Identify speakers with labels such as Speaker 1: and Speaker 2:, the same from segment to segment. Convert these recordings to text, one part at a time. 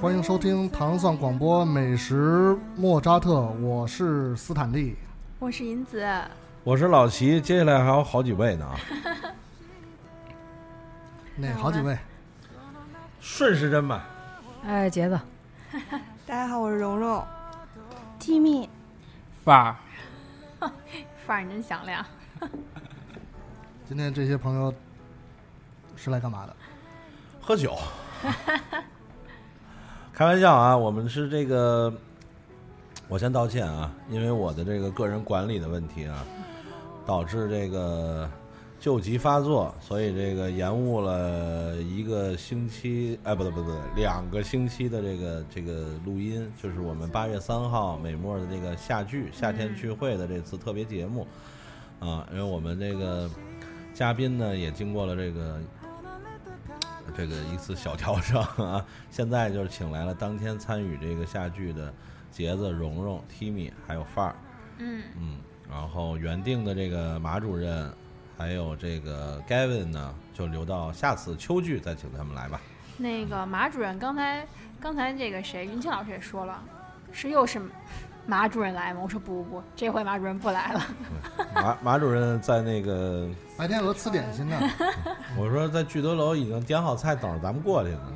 Speaker 1: 欢迎收听糖蒜广播美食莫扎特，我是斯坦利。
Speaker 2: 我是银子，
Speaker 3: 我是老齐，接下来还有好几位呢啊。
Speaker 1: 那好几位，
Speaker 3: 顺时针吧，
Speaker 4: 哎，杰子，
Speaker 5: 大家好，我是蓉蓉。
Speaker 6: 机密，
Speaker 7: 范儿，
Speaker 2: 范儿你真响亮。
Speaker 1: 今天这些朋友是来干嘛的？
Speaker 3: 喝酒。 开玩笑啊，我们是这个，我先道歉啊，因为我的这个个人管理的问题啊，导致这个旧疾发作，所以这个延误了一个星期，哎，不对不对，两个星期的这个这个录音，就是我们八月三号美墨的这个夏聚夏天聚会的这次特别节目啊，因为我们这个嘉宾呢也经过了这个这个一次小调整啊，现在就是请来了当天参与这个夏剧的杰子、蓉蓉、Timmy 还有范儿，
Speaker 2: 嗯，
Speaker 3: 嗯，然后原定的这个马主任还有这个 Gavin 呢，就留到下次秋剧再请他们来吧。
Speaker 2: 那个马主任刚才刚才这个谁云清老师也说了，是又是马主任来吗？我说不不不，这回马主任不来了。
Speaker 3: 马马主任在那个，
Speaker 1: 白天鹅吃点心呢，
Speaker 3: 我说在聚德楼已经点好菜等着咱们过去呢。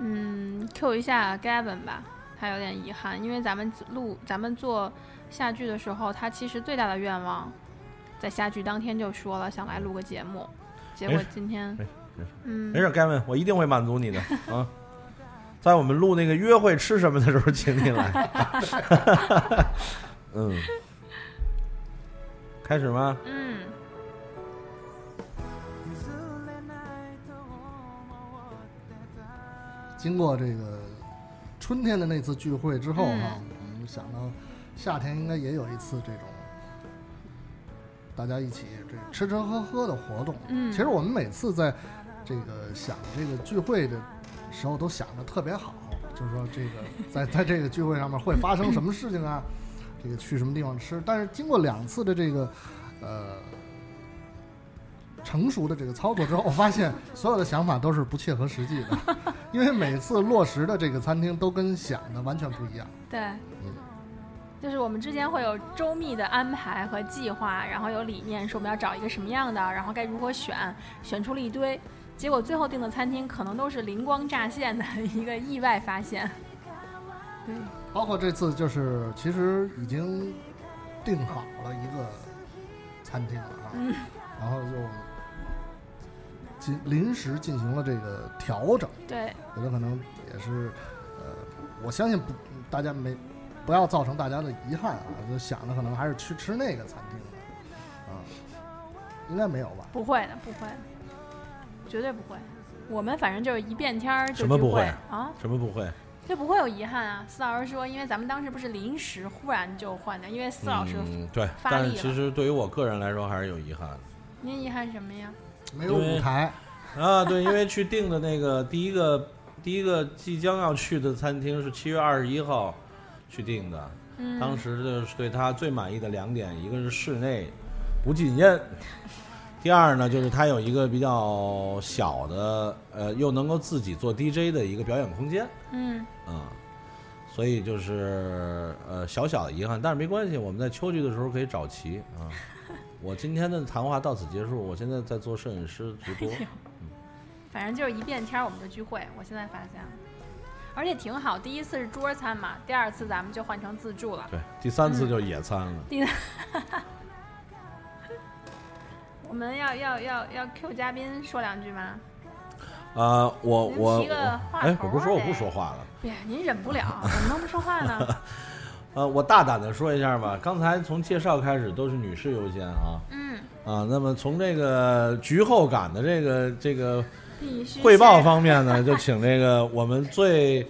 Speaker 2: 嗯，Q 一下 Gavin 吧，他有点遗憾，因为咱们录咱们做夏剧的时候，他其实最大的愿望在夏剧当天就说了想来录个节目，结果
Speaker 3: 没事
Speaker 2: 今天
Speaker 3: 没事没事，
Speaker 2: 嗯
Speaker 3: 没，事，Gavin，我一定会满足你的啊。在我们录那个约会吃什么的时候，请你来。嗯，开始吗？
Speaker 2: 嗯，
Speaker 1: 经过这个春天的那次聚会之后哈、
Speaker 2: 嗯
Speaker 1: 我们想到夏天应该也有一次这种大家一起这吃吃喝喝的活动。
Speaker 2: 嗯
Speaker 1: 其实我们每次在这个想这个聚会的时候，都想的特别好，就是说这个在在这个聚会上面会发生什么事情啊，这个去什么地方吃。但是经过两次的这个呃成熟的这个操作之后，我发现所有的想法都是不切合实际的， 因为每次落实的这个餐厅都跟想的完全不一样。
Speaker 2: 对。
Speaker 3: 嗯
Speaker 2: 就是我们之间会有周密的安排和计划，然后有理念，说我们要找一个什么样的，然后该如何选，选出了一堆，结果最后订的餐厅可能都是灵光乍现的一个意外发现。
Speaker 1: 包括这次就是其实已经定好了一个餐厅了啊，然后就进临时进行了这个调整，
Speaker 2: 对，
Speaker 1: 有的可能也是呃，我相信不大家没不要造成大家的遗憾啊，就想着可能还是去吃那个餐厅的啊，应该没有吧？
Speaker 2: 不会的，不会的，绝对不会。我们反正就是一变天儿就
Speaker 3: 什么
Speaker 2: 聚
Speaker 3: 不
Speaker 2: 会
Speaker 3: 会
Speaker 2: 啊，
Speaker 3: 什么不会？
Speaker 2: 就不会有遗憾啊。司老师说，因为咱们当时不是临时忽然就换的，因为司老师，
Speaker 3: 嗯，对。
Speaker 2: 发力
Speaker 3: 但是
Speaker 2: 了
Speaker 3: 其实对于我个人来说，还是有遗憾的。
Speaker 2: 您遗憾什么呀？
Speaker 1: 没有舞台，
Speaker 3: 啊，对，因为去订的那个第一个第一个即将要去的餐厅是七月二十一号去订的，
Speaker 2: 嗯，
Speaker 3: 当时就是对它最满意的两点，一个是室内不禁烟，第二呢就是它有一个比较小的呃又能够自己做 DJ 的一个表演空间
Speaker 2: 嗯
Speaker 3: 啊。所以就是呃小小的遗憾，但是没关系，我们在秋季的时候可以找齐啊。我今天的谈话到此结束，我现在在做摄影师直
Speaker 2: 哎
Speaker 3: 播。
Speaker 2: 反正就是一变天儿我们就聚会。我现在发现，而且挺好。第一次是桌餐嘛，第二次咱们就换成自助了。
Speaker 3: 对，第三次就是野餐了。
Speaker 2: 我们要要要要 Q 嘉宾说两句吗？
Speaker 3: 啊，我
Speaker 2: 您
Speaker 3: 我
Speaker 2: 嗯提个
Speaker 3: 我
Speaker 2: 话
Speaker 3: 哎，
Speaker 2: 头
Speaker 3: 我
Speaker 2: 儿
Speaker 3: 不说我
Speaker 2: 呗
Speaker 3: 不说话了。
Speaker 2: 别，您忍不了，怎么能不说话呢？
Speaker 3: 呃，我大胆的说一下吧，刚才从介绍开始都是女士优先啊
Speaker 2: 嗯，
Speaker 3: 啊，那么从这个局后感的这个这个
Speaker 2: 必须
Speaker 3: 汇报
Speaker 2: 先
Speaker 3: 方面呢，就请这个我们最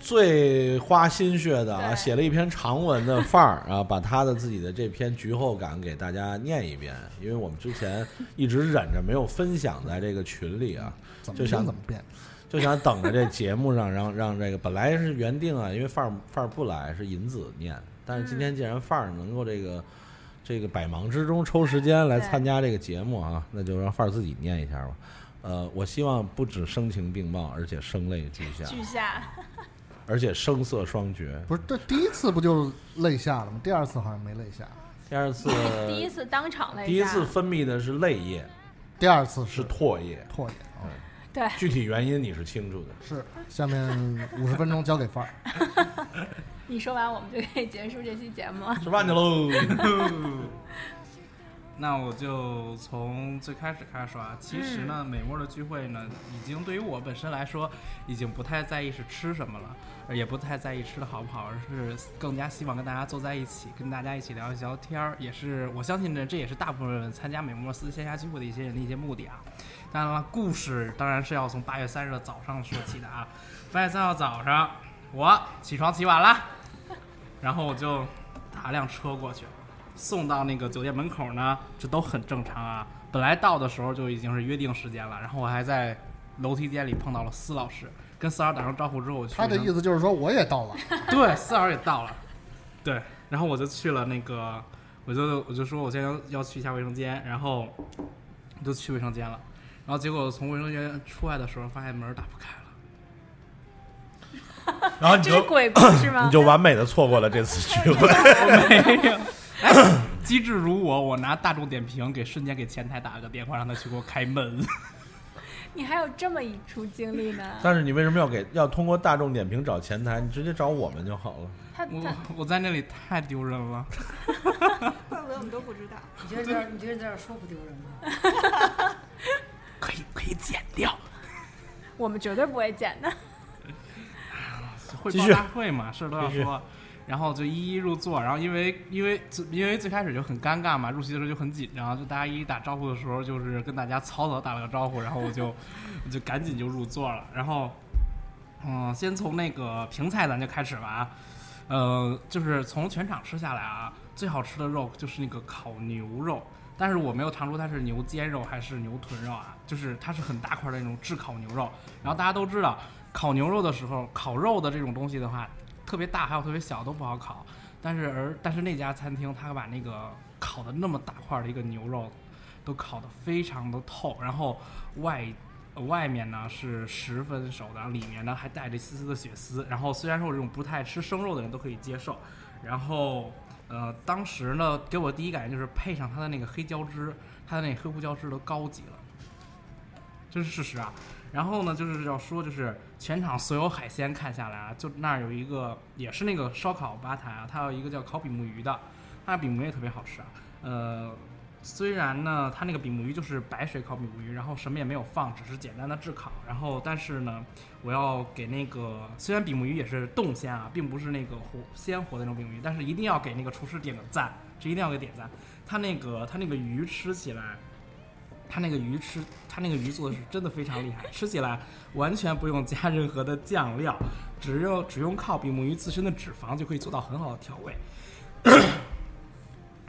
Speaker 3: 最花心血的啊，
Speaker 2: 对
Speaker 3: 写了一篇长文的范儿啊，把他的自己的这篇局后感给大家念一遍，因为我们之前一直忍着没有分享在这个群里啊，
Speaker 1: 怎么
Speaker 3: 就想
Speaker 1: 变怎么变？
Speaker 3: 就想等着这节目上让让这个本来是原定啊，因为范儿范儿不来是银子念，但是
Speaker 2: 嗯
Speaker 3: 今天既然范儿能够这个这个百忙之中抽时间来参加这个节目啊，那就让范儿自己念一下吧。呃，我希望不止声情并茂，而且声泪俱下，
Speaker 2: 巨下，
Speaker 3: 而且声色 双绝。
Speaker 1: 不是，这第一次不就泪下了吗？第二次好像没泪下，
Speaker 3: 第二次，
Speaker 2: 第一次当场泪下，
Speaker 3: 呃第一次分泌的是泪液，
Speaker 1: 第二次
Speaker 3: 是
Speaker 1: 是
Speaker 3: 唾液，
Speaker 1: 唾液啊。
Speaker 2: 对，
Speaker 3: 具体原因你是清楚的。
Speaker 1: 是，下面五十分钟交给范儿。
Speaker 2: 你说完我们就可以结束这期节目了。
Speaker 3: 吃饭 去喽。
Speaker 4: 那我就从最开始开始说啊。其实呢，美墨的聚会呢，已经对于我本身来说，已经不太在意是吃什么了，而也不太在意吃的好不好，而是更加希望跟大家坐在一起，跟大家一起聊一聊天儿。也是我相信呢，这也是大部分参加美墨斯线下聚会的一些人的一些目的啊。当然了，故事当然是要从八月三日的早上说起的啊。八月三号早上，我起床起晚了，然后我就打辆车过去了。送到那个酒店门口呢，这都很正常啊。本来到的时候就已经是约定时间了，然后我还在楼梯间里碰到了司老师，跟司老师打声招呼之后，我 去
Speaker 1: 他的
Speaker 4: 扔
Speaker 1: 意思就是说我也到了，
Speaker 4: 对，四号也到了，对，然后我就去了那个，我就我就说我现在要要去一下卫生间，然后我就去卫生间了，然后结果从卫生间出来的时候，发现门打不开了。
Speaker 3: 然后你
Speaker 2: 这是
Speaker 3: 就
Speaker 2: 鬼故 事吗
Speaker 3: 你？就完美的错过了这次聚会。
Speaker 4: 机智如我，我拿大众点评给瞬间给前台打了个电话，让他去给我开门。
Speaker 2: 你还有这么一出经历 呢？
Speaker 3: 但是你为什么要给要通过大众点评找前台？你直接找我们就好了。
Speaker 2: 他他
Speaker 4: 我我在那里太丢人了，
Speaker 5: 怪不得我们都不知道。
Speaker 6: 你觉得在这儿你觉得在这儿说不丢人吗？
Speaker 4: 可以可以剪掉。
Speaker 2: 我们绝对不会剪的。
Speaker 4: 汇
Speaker 3: 继
Speaker 4: 报
Speaker 3: 续
Speaker 4: 大 会嘛，事儿都要
Speaker 3: 继续
Speaker 4: 说。然后就一一入座，然后因为因为因为最开始就很尴尬嘛，入席的时候就很紧张，就大家一一打招呼的时候，就是跟大家草草打了个招呼，然后我就 我就赶紧就入座了。然后，嗯，先从那个平菜咱就开始吧啊，呃，就是从全场吃下来啊，最好吃的肉就是那个烤牛肉，但是我没有尝出它是牛肩肉还是牛臀肉啊，就是它是很大块的那种炙烤牛肉。然后大家都知道，烤牛肉的时候，烤肉的这种东西的话，特别大还有特别小都不好烤。但是而但是那家餐厅，他把那个烤的那么大块的一个牛肉，都烤得非常的透，然后外呃外面呢是十分熟的，然后里面呢还带着一丝丝的血丝。然后虽然说我这种不太吃生肉的人都可以接受，然后呃当时呢给我第一感觉就是配上它的那个黑椒汁，它的那个黑胡椒汁都高级了，这是事实啊。然后呢，就是要说，就是全场所有海鲜看下来啊，就那儿有一个也是那个烧烤吧台啊，它有一个叫烤比目鱼的，那比目鱼也特别好吃啊。呃，虽然呢，它那个比目鱼就是白水烤比目鱼，然后什么也没有放，只是简单的炙烤。然后，但是呢，我要给那个虽然比目鱼也是冻鲜啊，并不是那个活鲜活的那种比目鱼，但是一定要给那个厨师点个赞，这一定要给点赞。它那个它那个鱼吃起来。它那个鱼吃，它那个鱼做的是真的非常厉害， 吃起来完全不用加任何的酱料，只用只用靠比目鱼自身的脂肪就可以做到很好的调味。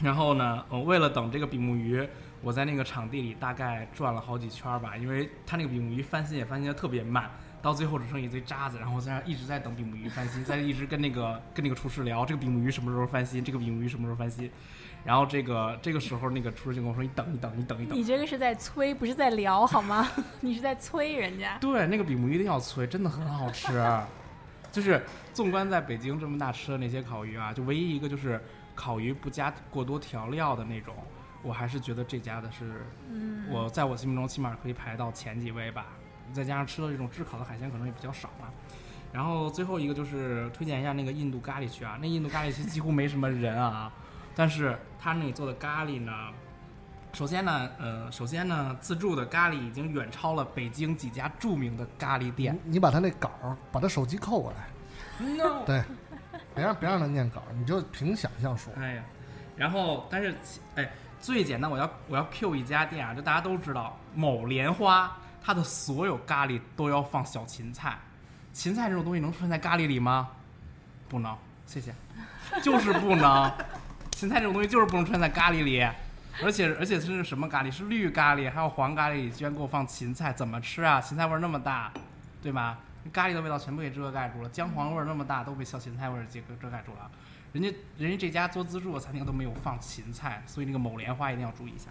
Speaker 4: 然后呢，我为了等这个比目鱼，我在那个场地里大概转了好几圈儿吧，因为它那个比目鱼翻新也翻新的特别慢，到最后只剩一堆渣子，然后我在那儿一直在等比目鱼翻新，在一直跟那个 跟那个厨师聊这个比目鱼什么时候翻新，这个比目鱼什么时候翻新。然后这个这个时候，那个厨师就跟我说：“你等，你等，你等，你等。”
Speaker 2: 你这个是在催，不是在聊好吗？ 你是在催人家。
Speaker 4: 对，那个比目鱼一定要催，真的很好吃。就是纵观在北京这么大吃的那些烤鱼啊，就唯一一个就是烤鱼不加过多调料的那种，我还是觉得这家的是，我在我心目中起码可以排到前几位吧。再加上吃的这种炙烤的海鲜可能也比较少嘛。然后最后一个就是推荐一下那个印度咖喱区啊，那印度咖喱区几乎没什么人啊，但是他那里做的咖喱呢，首先呢，呃，首先呢，自助的咖喱已经远超了北京几家著名的咖喱店
Speaker 1: 你。你把他那稿儿，把他手机扣过来，
Speaker 4: No，
Speaker 1: 对，别让别让他念稿儿，你就凭想象说。
Speaker 4: 哎呀，然后但是其哎，最简单，我要我要 Q 一家店啊，就大家都知道，某莲花它的所有咖喱都要放小芹菜，芹菜这种东西能出现在咖喱里吗？不能，谢 谢，就是不能，芹菜这种东西就是不能出现在咖喱里。而且而且是什么咖喱？是绿咖喱，还有黄咖喱里居然给我放芹菜，怎么吃啊？芹菜味儿那么大，对吧？咖喱的味道全部给遮盖住了，姜黄味儿那么大都被小芹菜味儿给遮盖住了。人家人家这家做自助的餐厅都没有放芹菜，所以那个某莲花一定要注意一下。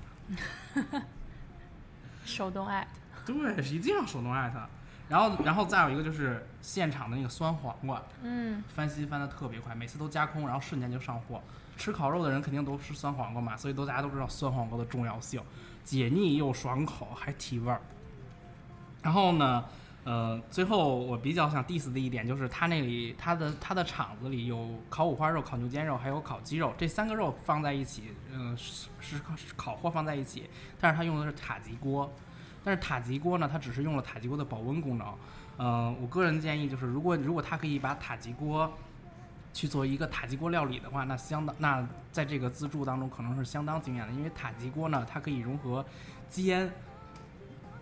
Speaker 2: 手动爱，
Speaker 4: 对，一定要手动艾特。然后，然后再有一个就是现场的那个酸黄瓜，
Speaker 2: 嗯，
Speaker 4: 翻新翻的特别快，每次都加空，然后瞬间就上货。吃烤肉的人肯定都吃酸黄瓜嘛，所以都大家都知道酸黄瓜的重要性，解腻又爽口，还提味儿。然后呢，呃，最后我比较想 diss 的一点就是，他那里他的他的厂子里有烤五花肉、烤牛肩肉，还有烤鸡肉，这三个肉放在一起，嗯、是是烤是烤货放在一起，但是他用的是塔吉锅，但是塔吉锅呢，它只是用了塔吉锅的保温功能。嗯，我个人建议就是，如果如果他可以把塔吉锅去做一个塔吉锅料理的话，那相当那在这个自助当中可能是相当惊艳的，因为塔吉锅呢，它可以融合煎、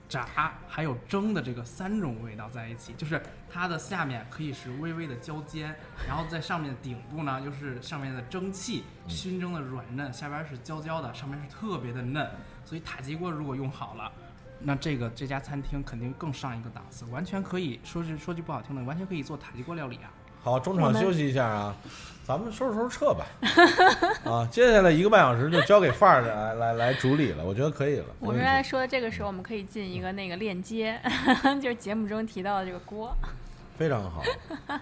Speaker 4: 炸还有蒸的这个三种味道在一起，就是它的下面可以是微微的焦煎，然后在上面顶部呢又是上面的蒸汽熏蒸的软嫩，下边是焦焦的，上面是特别的嫩，所以塔吉锅如果用好了。那这个这家餐厅肯定更上一个档次，完全可以说句说句不好听的，完全可以做塔吉锅料理啊！
Speaker 3: 好，中场休息一下啊，咱们收拾收拾撤吧。 啊，接下来一个半小时就交给范儿来来来主理了，我觉得可以了。
Speaker 2: 我们
Speaker 3: 没问
Speaker 2: 刚才
Speaker 3: 题
Speaker 2: 说的这个时候，我们可以进一个那个链接， 就是节目中提到的这个锅。
Speaker 3: 非常好，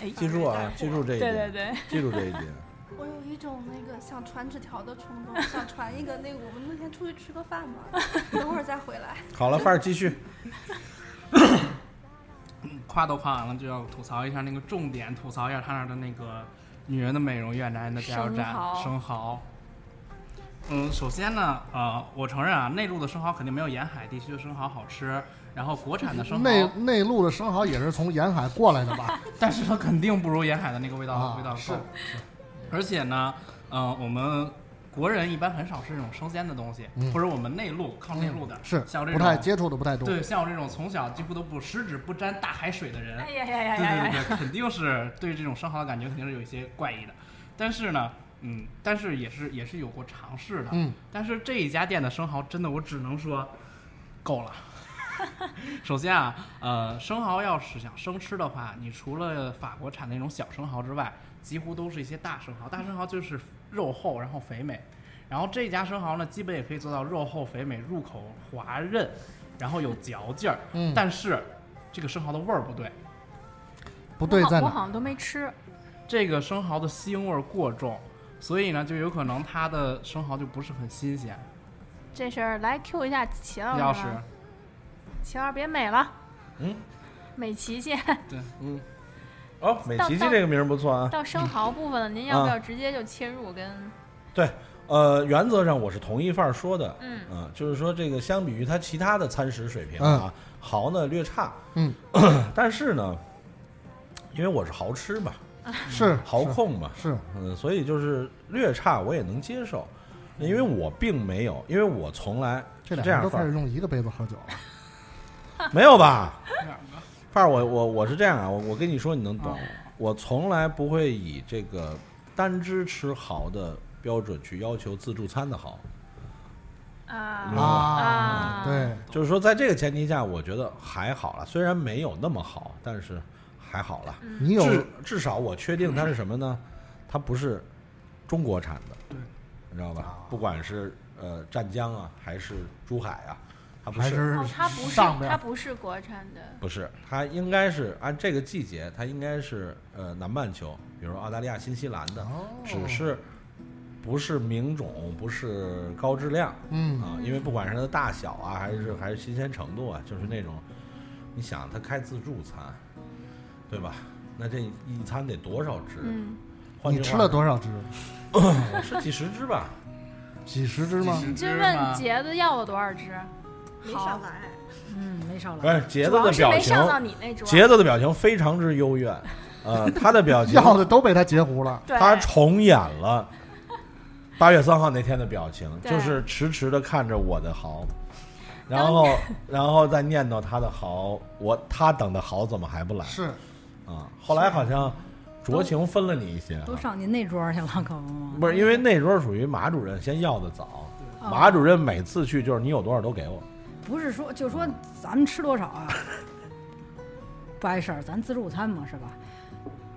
Speaker 2: 哎，
Speaker 3: 记住啊，记住这一
Speaker 2: 对
Speaker 3: 点，
Speaker 2: 对对，
Speaker 3: 记住这一点。
Speaker 5: 我有一种那个想传纸条的冲 动，想传一个那个我们那天出去吃个饭 吧，等会儿再回来。
Speaker 3: 好了，范儿继续。
Speaker 4: 嗯夸都夸完了，就要吐槽一下那个重点，吐槽一下他那儿的那个女人的美容院，男人的加油站
Speaker 2: 生蚝
Speaker 4: 生蚝。嗯，首先呢，呃，我承认啊，内陆的生蚝肯定没有沿海地区的生蚝好吃，然后国产的生蚝，
Speaker 1: 内内陆的生蚝也是从沿海过来的 吧？
Speaker 4: 但是它肯定不如沿海的那个味道、
Speaker 1: 啊
Speaker 4: 味道够
Speaker 1: 是
Speaker 4: 而且呢，呃，我们国人一般很少吃这种生鲜的东西，
Speaker 1: 嗯
Speaker 4: 或者我们内陆靠内陆的，
Speaker 1: 是
Speaker 4: 像这
Speaker 1: 不
Speaker 4: 种
Speaker 1: 太接触的不太多。
Speaker 4: 对，像我这种从小几乎都不十指不沾大海水的人，
Speaker 2: 哎呀呀呀
Speaker 4: 对
Speaker 2: 呀呀！
Speaker 4: 对对对，肯定是对这种生蚝的感觉肯定是有一些怪异的。但是呢，嗯，但是也是也是有过尝试的。
Speaker 1: 嗯，
Speaker 4: 但是这一家店的生蚝真的，我只能说够了。 首先啊，呃，生蚝要是想生吃的话，你除了法国产的那种小生蚝之外，几乎都是一些大生蚝。大生蚝就是肉厚，然后肥美。然后这家生蚝呢，基本也可以做到肉厚肥美，入口滑韧，然后有嚼劲儿。
Speaker 1: 嗯，
Speaker 4: 但是这个生蚝的味儿不对，
Speaker 1: 不对
Speaker 2: 我好
Speaker 1: 在
Speaker 2: 我
Speaker 1: 哪？
Speaker 2: 好像都没吃。
Speaker 4: 这个生蚝的腥味儿过重，所以呢，就有可能它的生蚝就不是很新鲜。
Speaker 2: 这事儿来 Q 一下齐老师
Speaker 4: 要
Speaker 2: 吧，
Speaker 4: 是
Speaker 2: 齐老师别美了，
Speaker 3: 嗯，
Speaker 2: 美琪去。
Speaker 4: 对，
Speaker 3: 嗯，哦，美琪琪
Speaker 2: 到
Speaker 3: 这个名儿不错啊。
Speaker 2: 到生蚝部分了，您要不要直接就切入跟？
Speaker 3: 呃，原则上我是同意范儿说的，
Speaker 2: 嗯
Speaker 3: 啊、就是说这个相比于它其他的餐食水平啊，蚝呢略差，
Speaker 1: 嗯，
Speaker 3: 但是呢，因为我是蚝吃嘛，
Speaker 1: 是
Speaker 3: 蚝控嘛，
Speaker 1: 是，
Speaker 3: 嗯，所以就是略差我也能接受，因为我并没有，因为我从来
Speaker 1: 这
Speaker 3: 是
Speaker 1: 俩
Speaker 3: 这
Speaker 1: 人
Speaker 3: 样
Speaker 1: 都
Speaker 3: 范
Speaker 1: 开
Speaker 3: 儿
Speaker 1: 始用一个杯子喝酒了。
Speaker 3: 没有吧？
Speaker 4: 两个
Speaker 3: 范儿，我我我是这样啊，我我跟你说你能懂，
Speaker 4: 啊
Speaker 3: 我从来不会以这个单只吃蚝的标准去要求自助餐的蚝。
Speaker 2: 啊
Speaker 3: 嗯
Speaker 1: 啊
Speaker 2: 啊
Speaker 1: 对，
Speaker 3: 就是说，在这个前提下，我觉得还好了，虽然没有那么好，但是还好了。
Speaker 1: 你有
Speaker 3: 至至少我确定它是什么呢？它不是中国产的，
Speaker 4: 对，
Speaker 3: 你知道吧
Speaker 1: 啊？
Speaker 3: 不管是呃湛江啊，还是珠海啊，它不
Speaker 1: 还
Speaker 3: 是
Speaker 1: 是
Speaker 2: 哦，它不是
Speaker 1: 上边
Speaker 2: 它
Speaker 1: 儿
Speaker 2: 不是国产的，
Speaker 3: 不是，它应该是按这个季节，它应该是呃南半球，比如澳大利亚、新西兰的，
Speaker 1: 哦
Speaker 3: 只是不是名种，不是高质量。
Speaker 1: 嗯，
Speaker 3: 啊，因为不管是它的大小啊，还是还是新鲜程度啊，就是那种，你想它开自助餐，对吧？那这一餐得多少只？
Speaker 2: 嗯，
Speaker 3: 换句
Speaker 1: 你
Speaker 3: 话
Speaker 1: 吃了多少只？
Speaker 3: 说我吃几十只吧？
Speaker 1: 几十只吗？
Speaker 2: 你
Speaker 4: 你
Speaker 2: 就问杰子要了多少只？
Speaker 5: 没
Speaker 2: 好
Speaker 5: 少来，
Speaker 6: 嗯，没少 来。
Speaker 3: 哎，杰
Speaker 2: 主
Speaker 3: 子
Speaker 2: 要
Speaker 3: 的
Speaker 2: 是
Speaker 3: 表
Speaker 2: 没
Speaker 3: 情，
Speaker 2: 上到你那桌。
Speaker 3: 杰子的表情非常之幽怨， 呃，他的表情，
Speaker 1: 要的都被他截胡了。
Speaker 2: 对，
Speaker 3: 他重演了八月三号那天的表情，
Speaker 2: 对
Speaker 3: 就是迟迟的看着我的蚝。然后， 然后再念叨他的蚝，我他等的蚝怎么还不来？
Speaker 1: 是，
Speaker 3: 啊，后来好像酌情分了你一些啊，
Speaker 6: 都上您那桌儿去了，可不嘛。
Speaker 3: 不是因为那桌属于马主任先要的早，
Speaker 2: 哦
Speaker 3: 马主任每次去就是你有多少都给我，
Speaker 6: 不是说就说咱们吃多少啊，不碍事儿，咱自助餐嘛，是吧？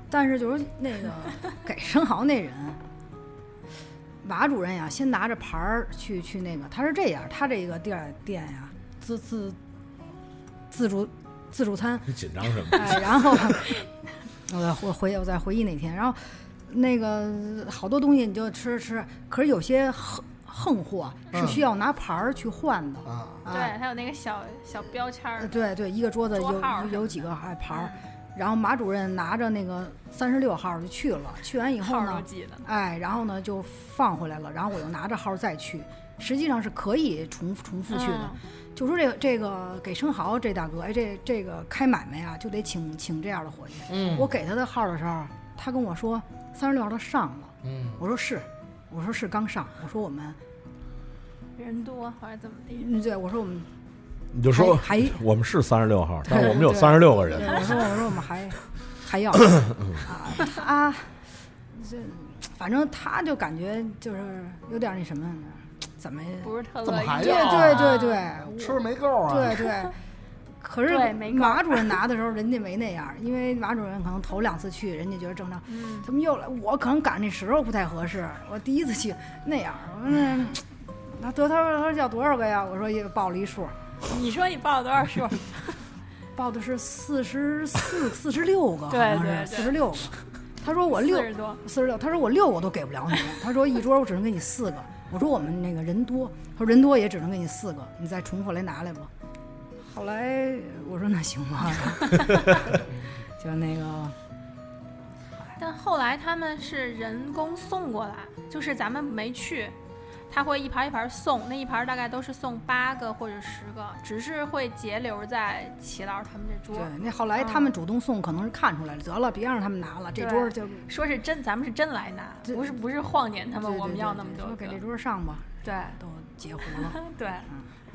Speaker 6: 但是就是那 个给生蚝那人，马主任呀，先拿着盘儿去去那个，他是这样，他这个店店呀，自自自助自助餐，
Speaker 3: 你紧张什么？
Speaker 6: 哎，然后我再回回我再回忆那天，然后那个好多东西你就吃着吃着，可是有些横横货是
Speaker 1: 嗯
Speaker 6: 需要拿牌儿去换的。
Speaker 1: 啊，
Speaker 6: 哎
Speaker 2: 对，它有那个小小标签
Speaker 6: 呃
Speaker 2: 儿，
Speaker 6: 对对，一个桌子
Speaker 2: 桌
Speaker 6: 有
Speaker 2: 号儿
Speaker 6: 有
Speaker 2: 什么嗯
Speaker 6: 有几个哎牌儿，然后马主任拿着那个三十六号就去了，去完以
Speaker 2: 号
Speaker 6: 后
Speaker 2: 儿都
Speaker 6: 呢，
Speaker 2: 记得呢。
Speaker 6: 哎，然后呢就放回来了，然后我又拿着号再去，实际上是可以重复重复去的。
Speaker 2: 嗯
Speaker 6: 就说这个这个给生蚝这大哥，哎，这这个开买卖啊，就得请请这样的伙计。
Speaker 1: 嗯
Speaker 6: 我给他的号的时候，他跟我说三十六号他上了，
Speaker 1: 嗯，
Speaker 6: 我说是，我说是刚上，我说我们，
Speaker 2: 嗯，人多或者怎么地，
Speaker 6: 嗯，对，我说我们，
Speaker 3: 你就说
Speaker 6: 还还
Speaker 3: 我们是三十六 号，但是我们有
Speaker 6: 对
Speaker 3: 三十六个
Speaker 6: 对，
Speaker 3: 人，
Speaker 6: 我说我说我们还还要啊，他啊这反正他就感觉就是有点那什么，怎么
Speaker 2: 不是特
Speaker 1: 怎么
Speaker 2: 乐
Speaker 1: 还
Speaker 2: 意。
Speaker 6: 对
Speaker 1: 要
Speaker 6: 对
Speaker 1: 啊
Speaker 6: 对对，我
Speaker 1: 吃没够啊，
Speaker 6: 对对。可是
Speaker 2: 哎对没够
Speaker 6: 马主任拿的时候，人家没那样儿，因为马主任可能头两次去，人家觉得正常。
Speaker 2: 嗯，
Speaker 6: 怎么又来？我可能赶那时候不太合适，我第一次去那样儿。我说那那得他说他说要多少个呀？我说也报了一数，
Speaker 2: 你说你报了多少数？
Speaker 6: 报的是四十四、四十六个，好
Speaker 2: 对
Speaker 6: 像
Speaker 2: 对
Speaker 6: 是
Speaker 2: 对
Speaker 6: 四十六个。他说 我六
Speaker 2: 四十多，
Speaker 6: 四十六，他说我六我都给不了你，他说一桌我只能给你四个。我说我们那个人多，他说人多也只能给你四个，你再重复来拿来吧。后来我说那行吧， 就那个
Speaker 2: 但后来他们是人工送过来，就是咱们没去，他会一盘一盘送，那一盘大概都是送八个或者十个，只是会截留在齐老师他们这
Speaker 6: 对
Speaker 2: 桌。，
Speaker 6: 那后来他们主动送，可能是看出来了，得了，别让他们拿了，
Speaker 2: 嗯
Speaker 6: 这
Speaker 2: 对
Speaker 6: 桌儿就
Speaker 2: 说是真，咱们是真来拿，
Speaker 6: 对
Speaker 2: 不是不是晃撵他
Speaker 6: 对
Speaker 2: 们，
Speaker 6: 对
Speaker 2: 我们
Speaker 6: 对
Speaker 2: 要
Speaker 6: 对
Speaker 2: 那么
Speaker 6: 说
Speaker 2: 多个。
Speaker 6: 给这桌儿上吧，
Speaker 2: 对
Speaker 6: 都截胡 了。
Speaker 2: 对，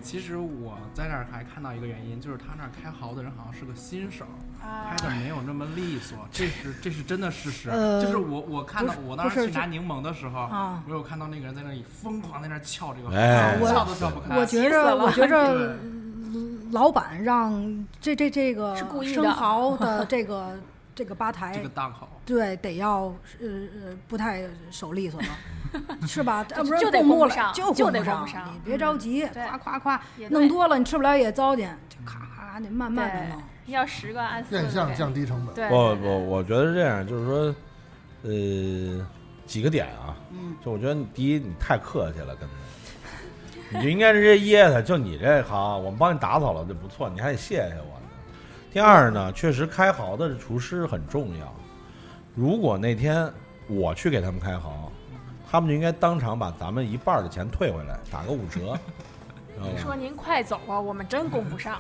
Speaker 4: 其实我在那儿还看到一个原因，就是他那儿开蚝的人好像是个新手，
Speaker 2: 啊
Speaker 4: 开，的没有那么利索，这是这是真的事实。
Speaker 6: 呃
Speaker 4: 就是我我看到
Speaker 6: 不是
Speaker 4: 我当
Speaker 6: 不
Speaker 4: 时
Speaker 6: 是
Speaker 4: 去拿柠檬的时候，
Speaker 6: 啊
Speaker 4: 我有看到那个人在那里疯狂在那儿撬这个蚝，
Speaker 3: 哎
Speaker 4: 撬都撬不开。
Speaker 6: 我觉
Speaker 2: 气死
Speaker 6: 着，
Speaker 2: 了
Speaker 6: 我觉着
Speaker 4: 对，
Speaker 6: 老板让这这这个
Speaker 2: 是故意的
Speaker 6: 生 蚝的这个这个吧台
Speaker 4: 这个档口，
Speaker 6: 对，得要呃呃不太手利索 了，是吧？要不然
Speaker 2: 就得
Speaker 6: 供不
Speaker 2: 供不上
Speaker 6: 了，就
Speaker 2: 就
Speaker 6: 供
Speaker 2: 得
Speaker 6: 不
Speaker 2: 供不上嗯
Speaker 6: 你别着急，
Speaker 2: 对
Speaker 6: 夸夸夸，
Speaker 2: 也对
Speaker 6: 弄多了你吃不了也糟践，就咔咔咔得慢慢的
Speaker 2: 对
Speaker 6: 弄。
Speaker 2: 要十个按四
Speaker 1: 变
Speaker 2: 个
Speaker 1: 相
Speaker 2: 给。
Speaker 1: 降低成本，
Speaker 2: 对，
Speaker 3: 不不，我觉得是这样，就是说，呃，几个点啊，
Speaker 6: 嗯，
Speaker 3: 就我觉得你第一，你太客气了，跟他，你就应该直接噎他，就你这行，我们帮你打扫了就不错，你还得谢谢我呢。第二呢，确实开蚝的厨师很重要，如果那天我去给他们开蚝，他们就应该当场把咱们一半儿的钱退回来，打个五折，知
Speaker 6: 嗯
Speaker 3: 道吧？
Speaker 2: 说您快走啊，我们真供不上。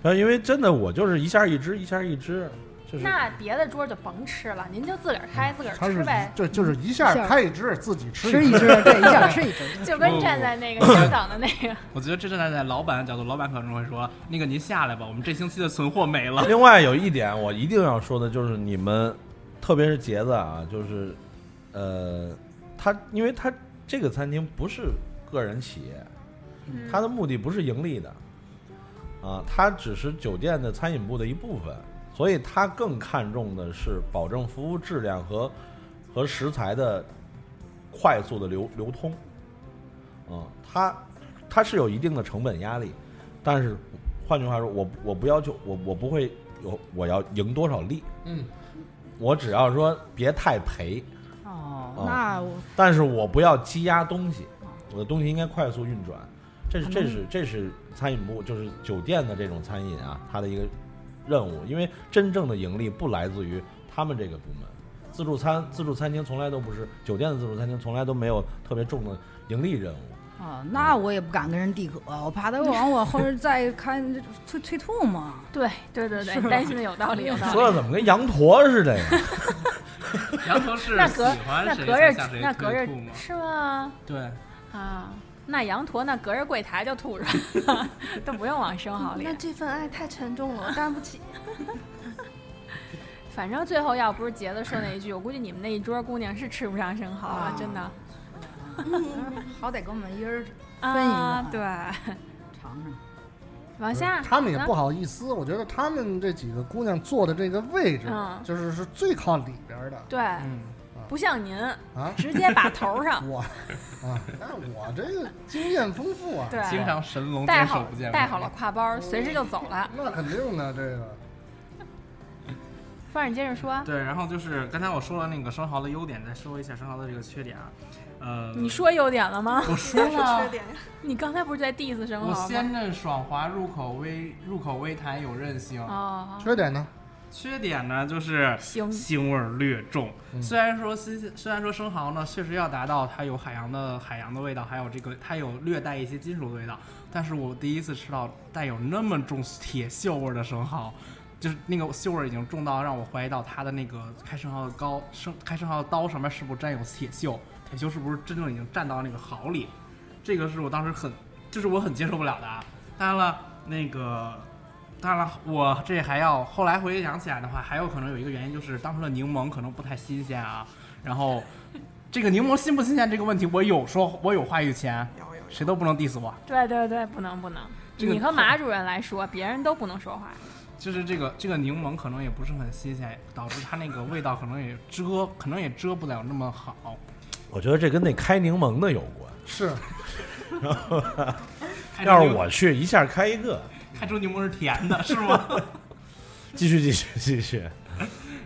Speaker 3: 然后呃因为真的我就是一下一只，一下一只，就是
Speaker 2: 那别的桌就甭吃了，您就自个儿
Speaker 6: 嗯
Speaker 2: 开自个儿
Speaker 1: 它
Speaker 2: 吃
Speaker 1: 是
Speaker 2: 呗，
Speaker 1: 就就是一下开一只，自己吃
Speaker 6: 吃一
Speaker 1: 只，
Speaker 6: 只，对，一下吃一只。
Speaker 2: 就
Speaker 6: 哦
Speaker 2: 跟站在那个香港的那 个
Speaker 4: 我觉得这站在老板的角度，老板可能会说：“那个您下来吧，我们这星期的存货没了。”
Speaker 3: 另外有一点我一定要说的就是，你们特别是杰子啊，就是呃，他因为他这个餐厅不是个人企业，
Speaker 2: 嗯，
Speaker 3: 他的目的不是盈利的，啊，他只是酒店的餐饮部的一部分，所以他更看重的是保证服务质量和和食材的快速的流流通，啊，他他是有一定的成本压力，但是换句话说，我我不要求我我不会有我要赢多少利，
Speaker 1: 嗯，
Speaker 3: 我只要说别太赔，
Speaker 6: 哦
Speaker 3: 哦，
Speaker 6: 那我
Speaker 3: 但是我不要积压东西，我的东西应该快速运转。这是
Speaker 6: 嗯
Speaker 3: 这是这是餐饮部，就是酒店的这种餐饮啊，它的一个任务。因为真正的盈利不来自于他们这个部门，自助餐自助餐厅从来都不是酒店的自助餐厅从来都没有特别重的盈利任务。
Speaker 6: 啊，那我也不敢跟人递渴，我怕他往我后面再看 催催吐嘛。
Speaker 2: 对对对
Speaker 6: 是吧
Speaker 2: 对，担心的有道理，有道
Speaker 3: 说
Speaker 2: 理。
Speaker 3: 的怎么跟羊驼似的呀？
Speaker 4: 杨同事
Speaker 2: 那
Speaker 4: 喜
Speaker 2: 隔那
Speaker 4: 欢谁
Speaker 2: 隔着
Speaker 4: 才向谁
Speaker 2: 那隔着
Speaker 4: 推吐吗？
Speaker 2: 是吗？
Speaker 4: 对，
Speaker 2: 啊，那羊驼那隔着柜台就吐出来了， 都不用往生蚝里
Speaker 5: 那。这份爱太沉重 了，我担不起。
Speaker 2: 反正最后要不是杰子说那一句，我估计你们那一桌姑娘是吃不上生蚝了
Speaker 6: 啊，
Speaker 2: 真的。
Speaker 6: 好歹给我们一人分一个嗯
Speaker 2: 啊，对，
Speaker 6: 尝尝。
Speaker 2: 往下。
Speaker 1: 他们也
Speaker 2: 啊
Speaker 1: 不好意思，我觉得他们这几个姑娘坐的这个位置
Speaker 2: 嗯，
Speaker 1: 就是是最靠里边的
Speaker 2: 对，
Speaker 4: 嗯，
Speaker 1: 啊，
Speaker 2: 不像您，
Speaker 1: 啊，
Speaker 2: 直接把头 上
Speaker 1: 我啊，但是我这个经验丰富啊，
Speaker 2: 对
Speaker 4: 经常神龙
Speaker 2: 带
Speaker 4: 见首
Speaker 2: 好
Speaker 4: 不见尾。
Speaker 2: 带好了挎包，随时就走了。
Speaker 1: 那肯定的，这个
Speaker 2: 方儿，你接着说，
Speaker 4: 对，然后就是刚才我说了那个生蚝的优点，再说一下生蚝的这个缺点啊。呃，
Speaker 2: 你说优点了吗？
Speaker 4: 我说
Speaker 5: 是缺
Speaker 4: 了，
Speaker 5: 点呀。
Speaker 2: 你刚才不是在 diss 生
Speaker 4: 我
Speaker 2: 蚝吗？
Speaker 4: 鲜嫩爽滑，入口微入口微弹，有韧性。
Speaker 2: 哦，
Speaker 1: 缺点呢？
Speaker 4: 缺点呢就是
Speaker 2: 腥
Speaker 4: 腥味儿略重。
Speaker 1: 嗯
Speaker 4: 虽然说新鲜，虽然说生蚝呢确实要达到它有海洋的海洋的味道，还有这个它有略带一些金属的味道，但是我第一次吃到带有那么重铁锈味儿的生蚝。就是那个锈味儿已经重到让我怀疑到它的那个开生蚝的刀，生开生蚝的刀上面是不是沾有铁锈？铁锈是不是真正已经蘸到那个蚝里？这个是我当时很，就是我很接受不了的啊。当然了，那个当然了，我这还要后来回想起来的话，还有可能有一个原因就是当时的柠檬可能不太新鲜啊。然后，这个柠檬新不新鲜这个问题，我有说，我有话语权，
Speaker 5: 有有
Speaker 4: 谁都不能 diss 我。
Speaker 2: 对对对，不能不能。
Speaker 4: 这个
Speaker 2: 你和马主任来说，别人都不能说话。
Speaker 4: 就是这个这个柠檬可能也不是很新鲜，导致它那个味道可能也遮，可能也遮不了那么好。
Speaker 3: 我觉得这跟那开柠檬的有关。
Speaker 1: 是
Speaker 4: 哎
Speaker 3: 要是我去，一下开一个。
Speaker 4: 开出柠檬是甜的，是吗？
Speaker 3: 继续，继续，继续。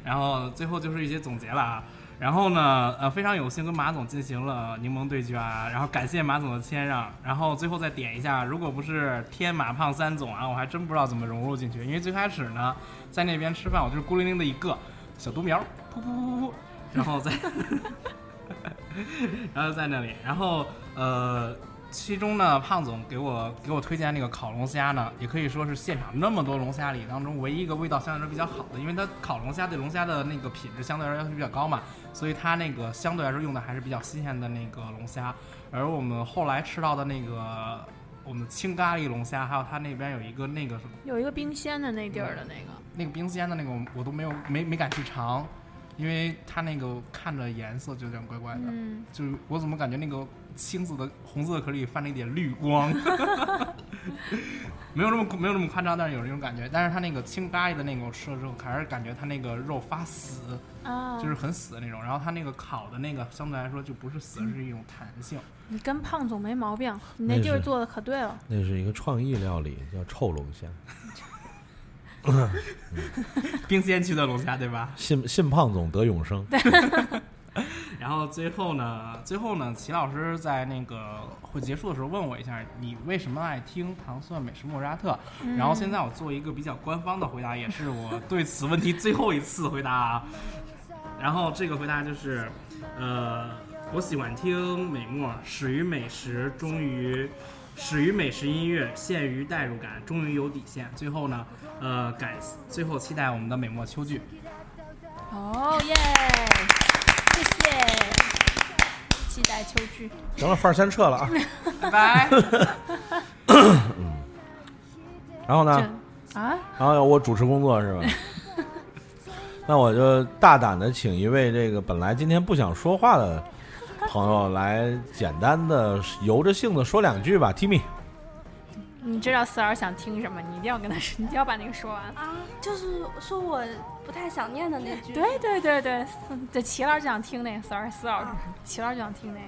Speaker 4: 然后最后就是一些总结了啊。然后呢，呃，非常有幸跟马总进行了柠檬对决啊，然后感谢马总的谦让，然后最后再点一下，如果不是天马胖三总啊，我还真不知道怎么融入进去，因为最开始呢，在那边吃饭，我就是孤零零的一个小独苗，噗噗噗噗噗，然后在， 然后在那里，然后呃，其中呢，胖总给我给我推荐那个烤龙虾呢，也可以说是现场那么多龙虾里当中唯一一个味道相对来说比较好的，因为它烤龙虾对龙虾的那个品质相对来说要求比较高嘛，所以它那个相对来说用的还是比较新鲜的那个龙虾。而我们后来吃到的那个我们青咖喱龙虾，还有它那边有一个那个什么
Speaker 2: 有一个冰鲜的那地儿的那个，
Speaker 4: 那个冰鲜的那个，我都没有没没敢去尝，因为它那个看着颜色就有点怪怪的。
Speaker 2: 嗯，
Speaker 4: 就是我怎么感觉那个青色的、红色的壳里泛着一点绿光， 没有那么没有那么夸张，但是有那种感觉。但是它那个青咖喱的那个我吃了之后，还是感觉它那个肉发死，
Speaker 2: 啊，
Speaker 4: 就是很死的那种。然后它那个烤的那个相对来说就不是死，是一种弹性。
Speaker 2: 你跟胖总没毛病，你
Speaker 3: 那
Speaker 2: 那地儿
Speaker 3: 是
Speaker 2: 做的可对了。
Speaker 3: 那是一个创意料理，叫臭龙虾。
Speaker 4: 冰鲜区的龙虾对吧？
Speaker 3: 信信胖总得永生。
Speaker 4: 然后最后呢，最后呢，齐老师在那个会结束的时候问我一下，你为什么爱听糖蒜美食莫扎特？然后现在我做一个比较官方的回答，也是我对此问题最后一次回答啊。然后这个回答就是，呃，我喜欢听美墨，始于美食，终于。始于美食音乐，陷于代入感，终于有底线。最后呢，呃，感最后期待我们的美墨秋剧。
Speaker 2: 哦耶，谢谢，期待秋剧。
Speaker 3: 行了，范儿先撤了啊。
Speaker 4: 拜拜。
Speaker 3: 然后呢？
Speaker 2: 这啊，
Speaker 3: 然后我主持工作是吧？那我就大胆的请一位这个本来今天不想说话的朋友来，简单的由着性子说两句吧，Timmy。
Speaker 2: 你知道四儿想听什么，你一定要跟他说，你一定要把那个说完。
Speaker 5: 啊，就是说我不太想念的那句。
Speaker 2: 对对对对，四对齐老师就想听那个四儿，四老师，齐老师就想听那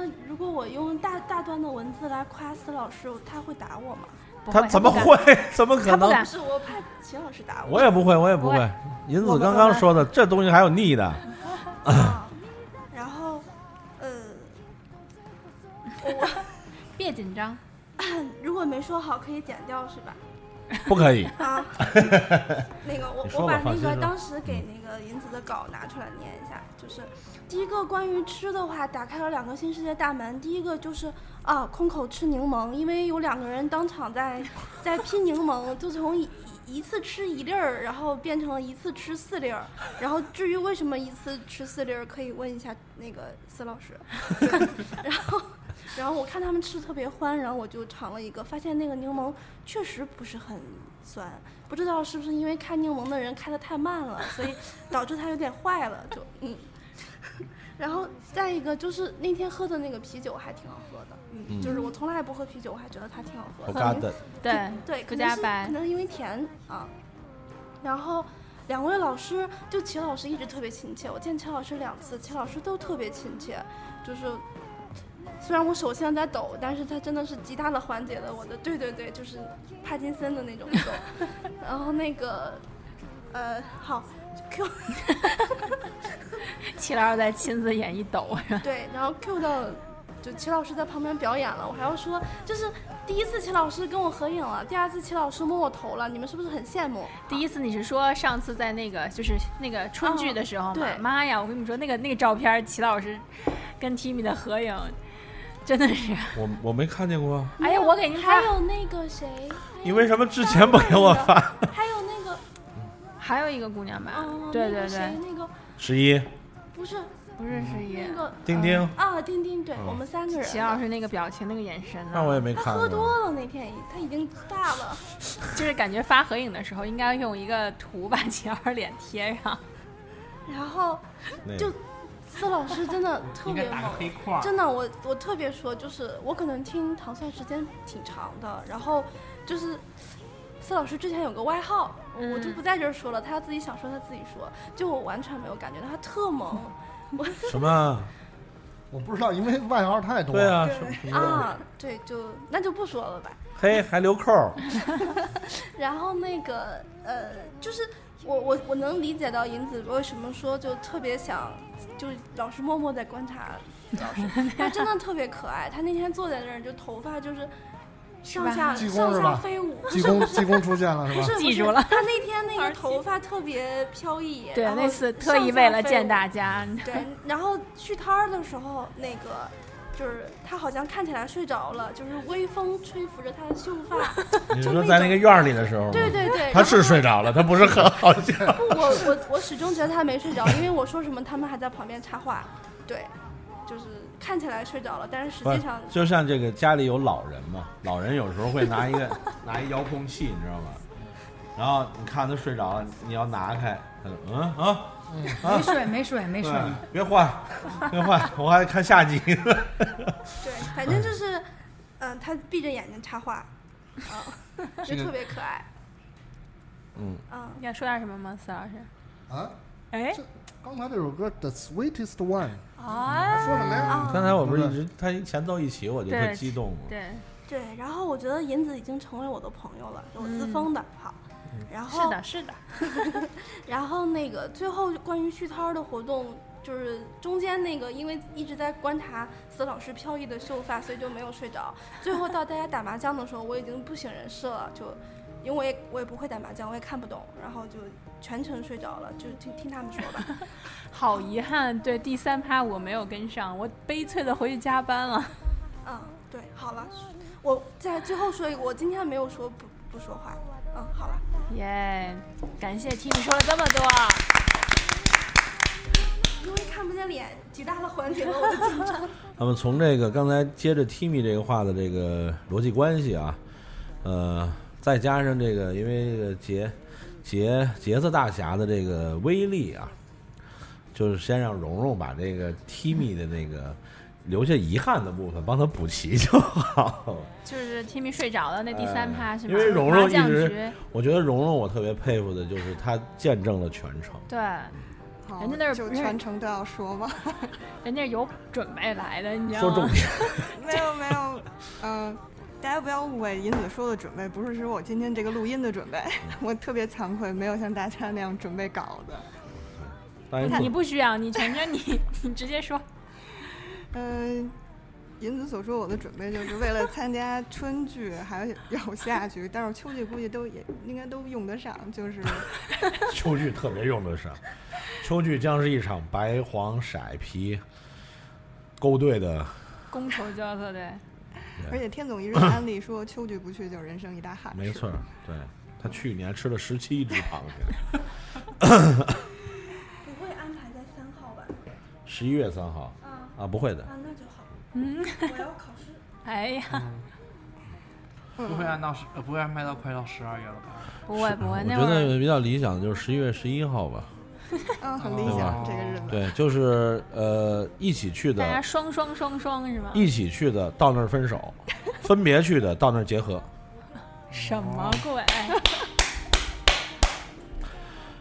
Speaker 2: 个，
Speaker 5: 那如果我用大大段的文字来夸司老师，他会打我吗？
Speaker 2: 不
Speaker 3: 他怎么
Speaker 2: 不敢
Speaker 3: 会？ 怎么可
Speaker 2: 他不
Speaker 3: 能
Speaker 2: 敢？
Speaker 5: 不是，我怕齐老师打
Speaker 3: 我也不会，我也不
Speaker 2: 不
Speaker 3: 会
Speaker 2: 会。
Speaker 3: 银
Speaker 2: 我
Speaker 3: 子
Speaker 2: 们
Speaker 3: 刚刚说的，这东西还有腻的。
Speaker 5: 啊然后，呃，
Speaker 2: 别紧张，
Speaker 5: 如果没说好可以剪掉是吧？
Speaker 3: 不可以，
Speaker 5: 啊，那个我
Speaker 3: 你说吧
Speaker 5: 我把
Speaker 3: 放
Speaker 5: 那
Speaker 3: 心
Speaker 5: 个
Speaker 3: 说嗯
Speaker 5: 当时给那个银子的稿拿出来念一下，就是第一个关于吃的话，打开了两个新世界大门。第一个就是啊，空口吃柠檬，因为有两个人当场在在拼柠檬，就从一一一次吃一粒儿，然后变成了一次吃四粒儿。然后至于为什么一次吃四粒儿，可以问一下那个司老师。 对然后。然后我看他们吃得特别欢，然后我就尝了一个，发现那个柠檬确实不是很酸，不知道是不是因为开柠檬的人开得太慢了，所以导致它有点坏了，就嗯。然后再一个就是那天喝的那个啤酒还挺好喝的，嗯，就是我从来不喝啤酒，我还觉得它挺好喝
Speaker 3: 我
Speaker 5: 的。
Speaker 3: 嘎的。
Speaker 2: 对
Speaker 5: 对，
Speaker 2: 不
Speaker 5: 可
Speaker 2: 加
Speaker 5: 能是
Speaker 2: 白
Speaker 5: 可能是因为甜啊。然后，两位老师，就齐老师一直特别亲切，我见齐老师两次，齐老师都特别亲切，就是虽然我手现在在抖，但是他真的是极大的缓解了我的，对对对，就是帕金森的那种抖。 然后那个，呃，好，Q
Speaker 2: 齐老师在亲自演绎抖，
Speaker 5: 对，然后 Q 到就齐老师在旁边表演了，我还要说，就是第一次齐老师跟我合影了，第二次齐老师摸我头了，你们是不是很羡慕？
Speaker 2: 第一次你是说上次在那个就是那个春剧的时候嘛？
Speaker 5: 哦对
Speaker 2: 妈呀！我跟你们说，那个那个照片，齐老师跟 Timmy 的合影，真的是，
Speaker 3: 我我没看见过啊，
Speaker 2: 哎呀，我给您
Speaker 5: 还
Speaker 2: 发，
Speaker 5: 有那个谁，
Speaker 3: 你为什么之前不给我发？
Speaker 5: 还有那个，
Speaker 2: 还有一个姑娘吧？
Speaker 5: 嗯，
Speaker 2: 啊对
Speaker 5: 那
Speaker 2: 对
Speaker 5: 个谁
Speaker 2: 对，，
Speaker 5: 那个
Speaker 3: 十一，
Speaker 5: 不是
Speaker 2: 不是十一，
Speaker 5: 那个
Speaker 3: 丁丁，
Speaker 5: 啊，丁丁，对
Speaker 3: 嗯
Speaker 5: 我们三个人，
Speaker 2: 齐老师那个表情、那个眼神呢、
Speaker 3: 那我也没
Speaker 5: 他
Speaker 3: 看
Speaker 5: 喝
Speaker 3: 过。
Speaker 5: 多了那天已，他已经大了，
Speaker 2: 就是感觉发合影的时候应该用一个图把齐老师脸贴上。
Speaker 5: 然后
Speaker 3: 那
Speaker 5: 就
Speaker 3: 个
Speaker 5: 司老师真的 特
Speaker 4: 应该
Speaker 5: 别
Speaker 4: 打个
Speaker 5: 猛。
Speaker 4: 黑框儿。
Speaker 5: 真的，我我特别说，就是我可能听糖蒜时间挺长的，然后就是司老师之前有个外号，我我就
Speaker 2: 嗯
Speaker 5: 不在这儿说了，他自己想说他自己说，就我完全没有感觉到他特猛
Speaker 3: 什么？啊
Speaker 1: 我不知道，因为外号太多。
Speaker 3: 对啊，
Speaker 5: 对
Speaker 3: 什么什么？
Speaker 5: 啊，对，就那就不说了吧。
Speaker 3: 嘿，还留扣 儿，
Speaker 5: 然后那个呃，就是我我我能理解到银子为什么说就特别想，就是老师默默在观察老师，他真的特别可爱。他那天坐在那儿，就头发就是上下
Speaker 1: 是吧济
Speaker 5: 上
Speaker 1: 公是
Speaker 5: 下
Speaker 1: 吧
Speaker 5: 飞舞，
Speaker 1: 济公济公出现了是
Speaker 5: 不
Speaker 1: 吧
Speaker 5: 是？不是
Speaker 2: 记住了
Speaker 5: 他那天那个头发特别飘逸，
Speaker 2: 对，
Speaker 5: 然后
Speaker 2: 那次特意为了见大家，
Speaker 5: 上下飞舞。对，然后去摊儿的时候，那个就是他好像看起来睡着了，就是微风吹拂着他的秀发。
Speaker 3: 你
Speaker 5: 就
Speaker 3: 说
Speaker 5: 那
Speaker 3: 在那
Speaker 5: 种
Speaker 3: 个院儿里的时候吗，
Speaker 5: 对对对，
Speaker 3: 哦他是睡着了，他不是很好 笑。
Speaker 5: 不， 我我我始终觉得他没睡着，因为我说什么他们还在旁边插话，对，就是看起来睡着了，但是实
Speaker 3: 不
Speaker 5: 际
Speaker 3: 是
Speaker 5: 上，
Speaker 3: 就像这个家里有老人嘛，老人有时候会拿一个拿一遥控器，你知道吗？然后你看他睡着了，你要拿开，他就嗯啊，
Speaker 6: 没睡没睡没
Speaker 3: 对
Speaker 6: 睡，，
Speaker 3: 别换，别换，我还看下集呢。
Speaker 5: 对，反正就是，嗯、他闭着眼睛插话，嗯、 就
Speaker 4: 这个
Speaker 5: 特别可爱，
Speaker 3: 嗯，
Speaker 5: 嗯，
Speaker 2: 你想说点什么吗，司老师？
Speaker 1: 啊，
Speaker 2: 哎，
Speaker 1: 这刚才这首歌《The Sweetest One》
Speaker 2: 啊，
Speaker 1: 说什么呀？
Speaker 3: 刚才我不是一直他一前奏一起我就特
Speaker 2: 对
Speaker 3: 激动了，
Speaker 2: 对，
Speaker 5: 对。然后我觉得银子已经成为我的朋友了，我自封的，好。然后
Speaker 2: 嗯是的，是的，
Speaker 5: 然后那个最后关于续摊儿的活动，就是中间那个因为一直在观察司老师飘逸的秀发，所以就没有睡着。最后到大家打麻将的时候，我已经不省人事了，就因为我也我也不会打麻将，我也看不懂，然后就全程睡着了，就听听他们说吧。
Speaker 2: 好遗憾，对第三趴我没有跟上，我悲催的回去加班了。
Speaker 5: 嗯，对，好了，我在最后说一个，我今天没有说不不说话。嗯，好了，
Speaker 2: 耶，感谢 T，你说了这么多，
Speaker 5: 因为看不见脸，极大的缓解了我的紧张。
Speaker 3: 那么从这个刚才接着 Timmy 这个话的这个逻辑关系啊，呃，再加上这个因为这个杰杰杰子大侠的这个威力啊，就是先让蓉蓉把这个 Timmy 的那个留下遗憾的部分帮他补齐就好。
Speaker 2: 就是 Timmy 睡着了那第三趴是吗？
Speaker 3: 哎因为蓉蓉
Speaker 2: 麻
Speaker 3: 一
Speaker 2: 将
Speaker 3: 直
Speaker 2: 局，
Speaker 3: 我觉得蓉蓉我特别佩服的就是她见证了全程，
Speaker 2: 对，
Speaker 7: 好
Speaker 2: 人家那儿
Speaker 7: 哦就
Speaker 2: 不是
Speaker 7: 全程都要说吗？
Speaker 2: 人家有准备来的，你知道
Speaker 3: 说
Speaker 2: 吗？
Speaker 3: 重点。
Speaker 7: 没有没 有，嗯、大家不要误会，银子说的准备不是说我今天这个录音的准备，我特别惭愧，没有像大家那样准备稿子。
Speaker 3: 当
Speaker 2: 你
Speaker 3: 然，
Speaker 2: 不需要，你全程你 你直接说，
Speaker 7: 嗯、银子所说我的准备就是为了参加春剧，还有 有夏剧，但是秋剧估计都也应该都用得上，就是
Speaker 3: 秋剧特别用得上，秋剧将是一场白黄色皮勾兑的。
Speaker 2: 觥筹交错，对，
Speaker 7: 而且天 总一直在安利说秋剧不去就是人生一大憾事。
Speaker 3: 没错儿，对他去年吃了十七只螃蟹，
Speaker 5: 不会安排在三号吧？
Speaker 3: 十一月三号
Speaker 5: 啊
Speaker 3: 啊，不会的，
Speaker 5: 啊，那就好。
Speaker 2: 嗯，
Speaker 5: 我要考试。
Speaker 2: 哎呀，
Speaker 7: 嗯
Speaker 4: 不会按到十，呃不会安排到快到十二月了吧？
Speaker 2: 不会不会，
Speaker 3: 我
Speaker 2: 嗯那
Speaker 3: 觉
Speaker 2: 会儿
Speaker 3: 得比较理想的就是十一月十一号吧。
Speaker 7: 嗯，很理
Speaker 3: 哦
Speaker 7: 想这个日子。
Speaker 3: 对，就是呃一起去
Speaker 2: 大家
Speaker 3: 的，
Speaker 2: 双双双双是吗？
Speaker 3: 一起去的到那儿分手，分别去的到那儿
Speaker 2: 哦
Speaker 3: 结合。
Speaker 2: 什么鬼？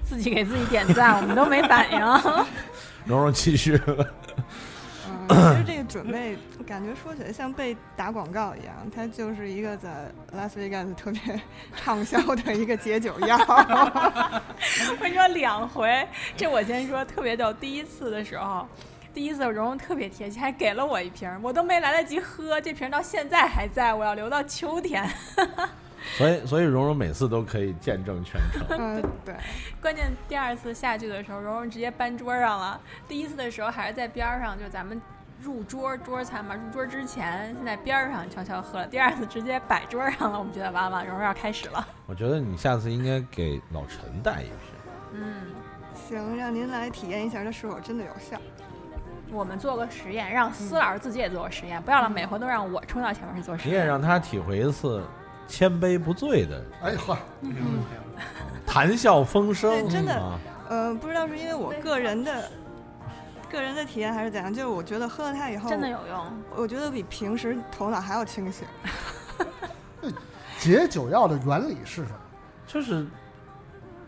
Speaker 2: 自己给自己点赞，我们都没反 应。
Speaker 3: 蓉蓉继续，
Speaker 7: 嗯，其实这个准 备感觉说起来像被打广告一样，它就是一个在拉斯维加斯特别 畅销的一个解酒 药。
Speaker 2: 我跟你说两回，这我先说特别逗。第一次的时候，第一次蓉蓉特别贴心，还给了我一瓶儿，我都没来得及喝，这瓶儿到现在还在，我要留到秋天。
Speaker 3: 所以所以蓉蓉每次都可以见证全程。
Speaker 7: 嗯，对，
Speaker 2: 关键第二次下去的时候，蓉蓉直接搬桌上了。第一次的时候还是在边儿上，就是咱们入桌桌餐嘛，入桌之前先在边儿上悄悄喝了。第二次直接摆桌上了，我们觉得完了，蓉蓉要开始了。
Speaker 3: 我觉得你下次应该给老陈带一瓶。
Speaker 2: 嗯，
Speaker 7: 行，让您来体验一下，这是否真的有效？
Speaker 2: 我们做个实验，让司老师自己也做个实验，不要了，每回都让我冲到前面去做实
Speaker 3: 你也
Speaker 2: 验。
Speaker 3: 让他体会一次千杯不醉的
Speaker 1: 哎嚯，
Speaker 4: 没
Speaker 2: 嗯
Speaker 4: 有问题啊
Speaker 3: 谈笑风生，
Speaker 7: 对真的
Speaker 3: 啊
Speaker 7: 呃，不知道是因为我个人的个人的体验还是怎样，就是我觉得喝了它以后，
Speaker 2: 真的有用，
Speaker 7: 我觉得比平时头脑还要清醒。
Speaker 1: 解酒药的原理是什么？
Speaker 3: 就是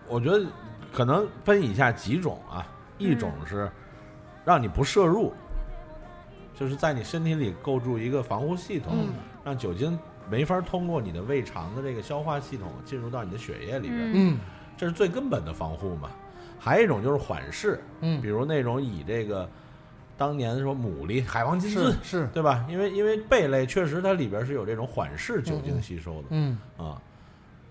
Speaker 3: 我觉得可能分以下几种啊，一种
Speaker 1: 嗯
Speaker 3: 是让你不摄入，就是在你身体里构筑一个防护系统，
Speaker 7: 嗯
Speaker 3: 让酒精没法通过你的胃肠的这个消化系统进入到你的血液里边，
Speaker 2: 嗯，
Speaker 1: 嗯
Speaker 3: 这是最根本的防护嘛。还有一种就是缓释，比
Speaker 1: 嗯，
Speaker 3: 如那种以这个当年说牡蛎、海王金
Speaker 1: 是
Speaker 3: 樽，
Speaker 1: 是，
Speaker 3: 对吧？因为因为贝类确实它里边是有这种缓释酒精吸收的，
Speaker 1: 嗯
Speaker 3: 啊，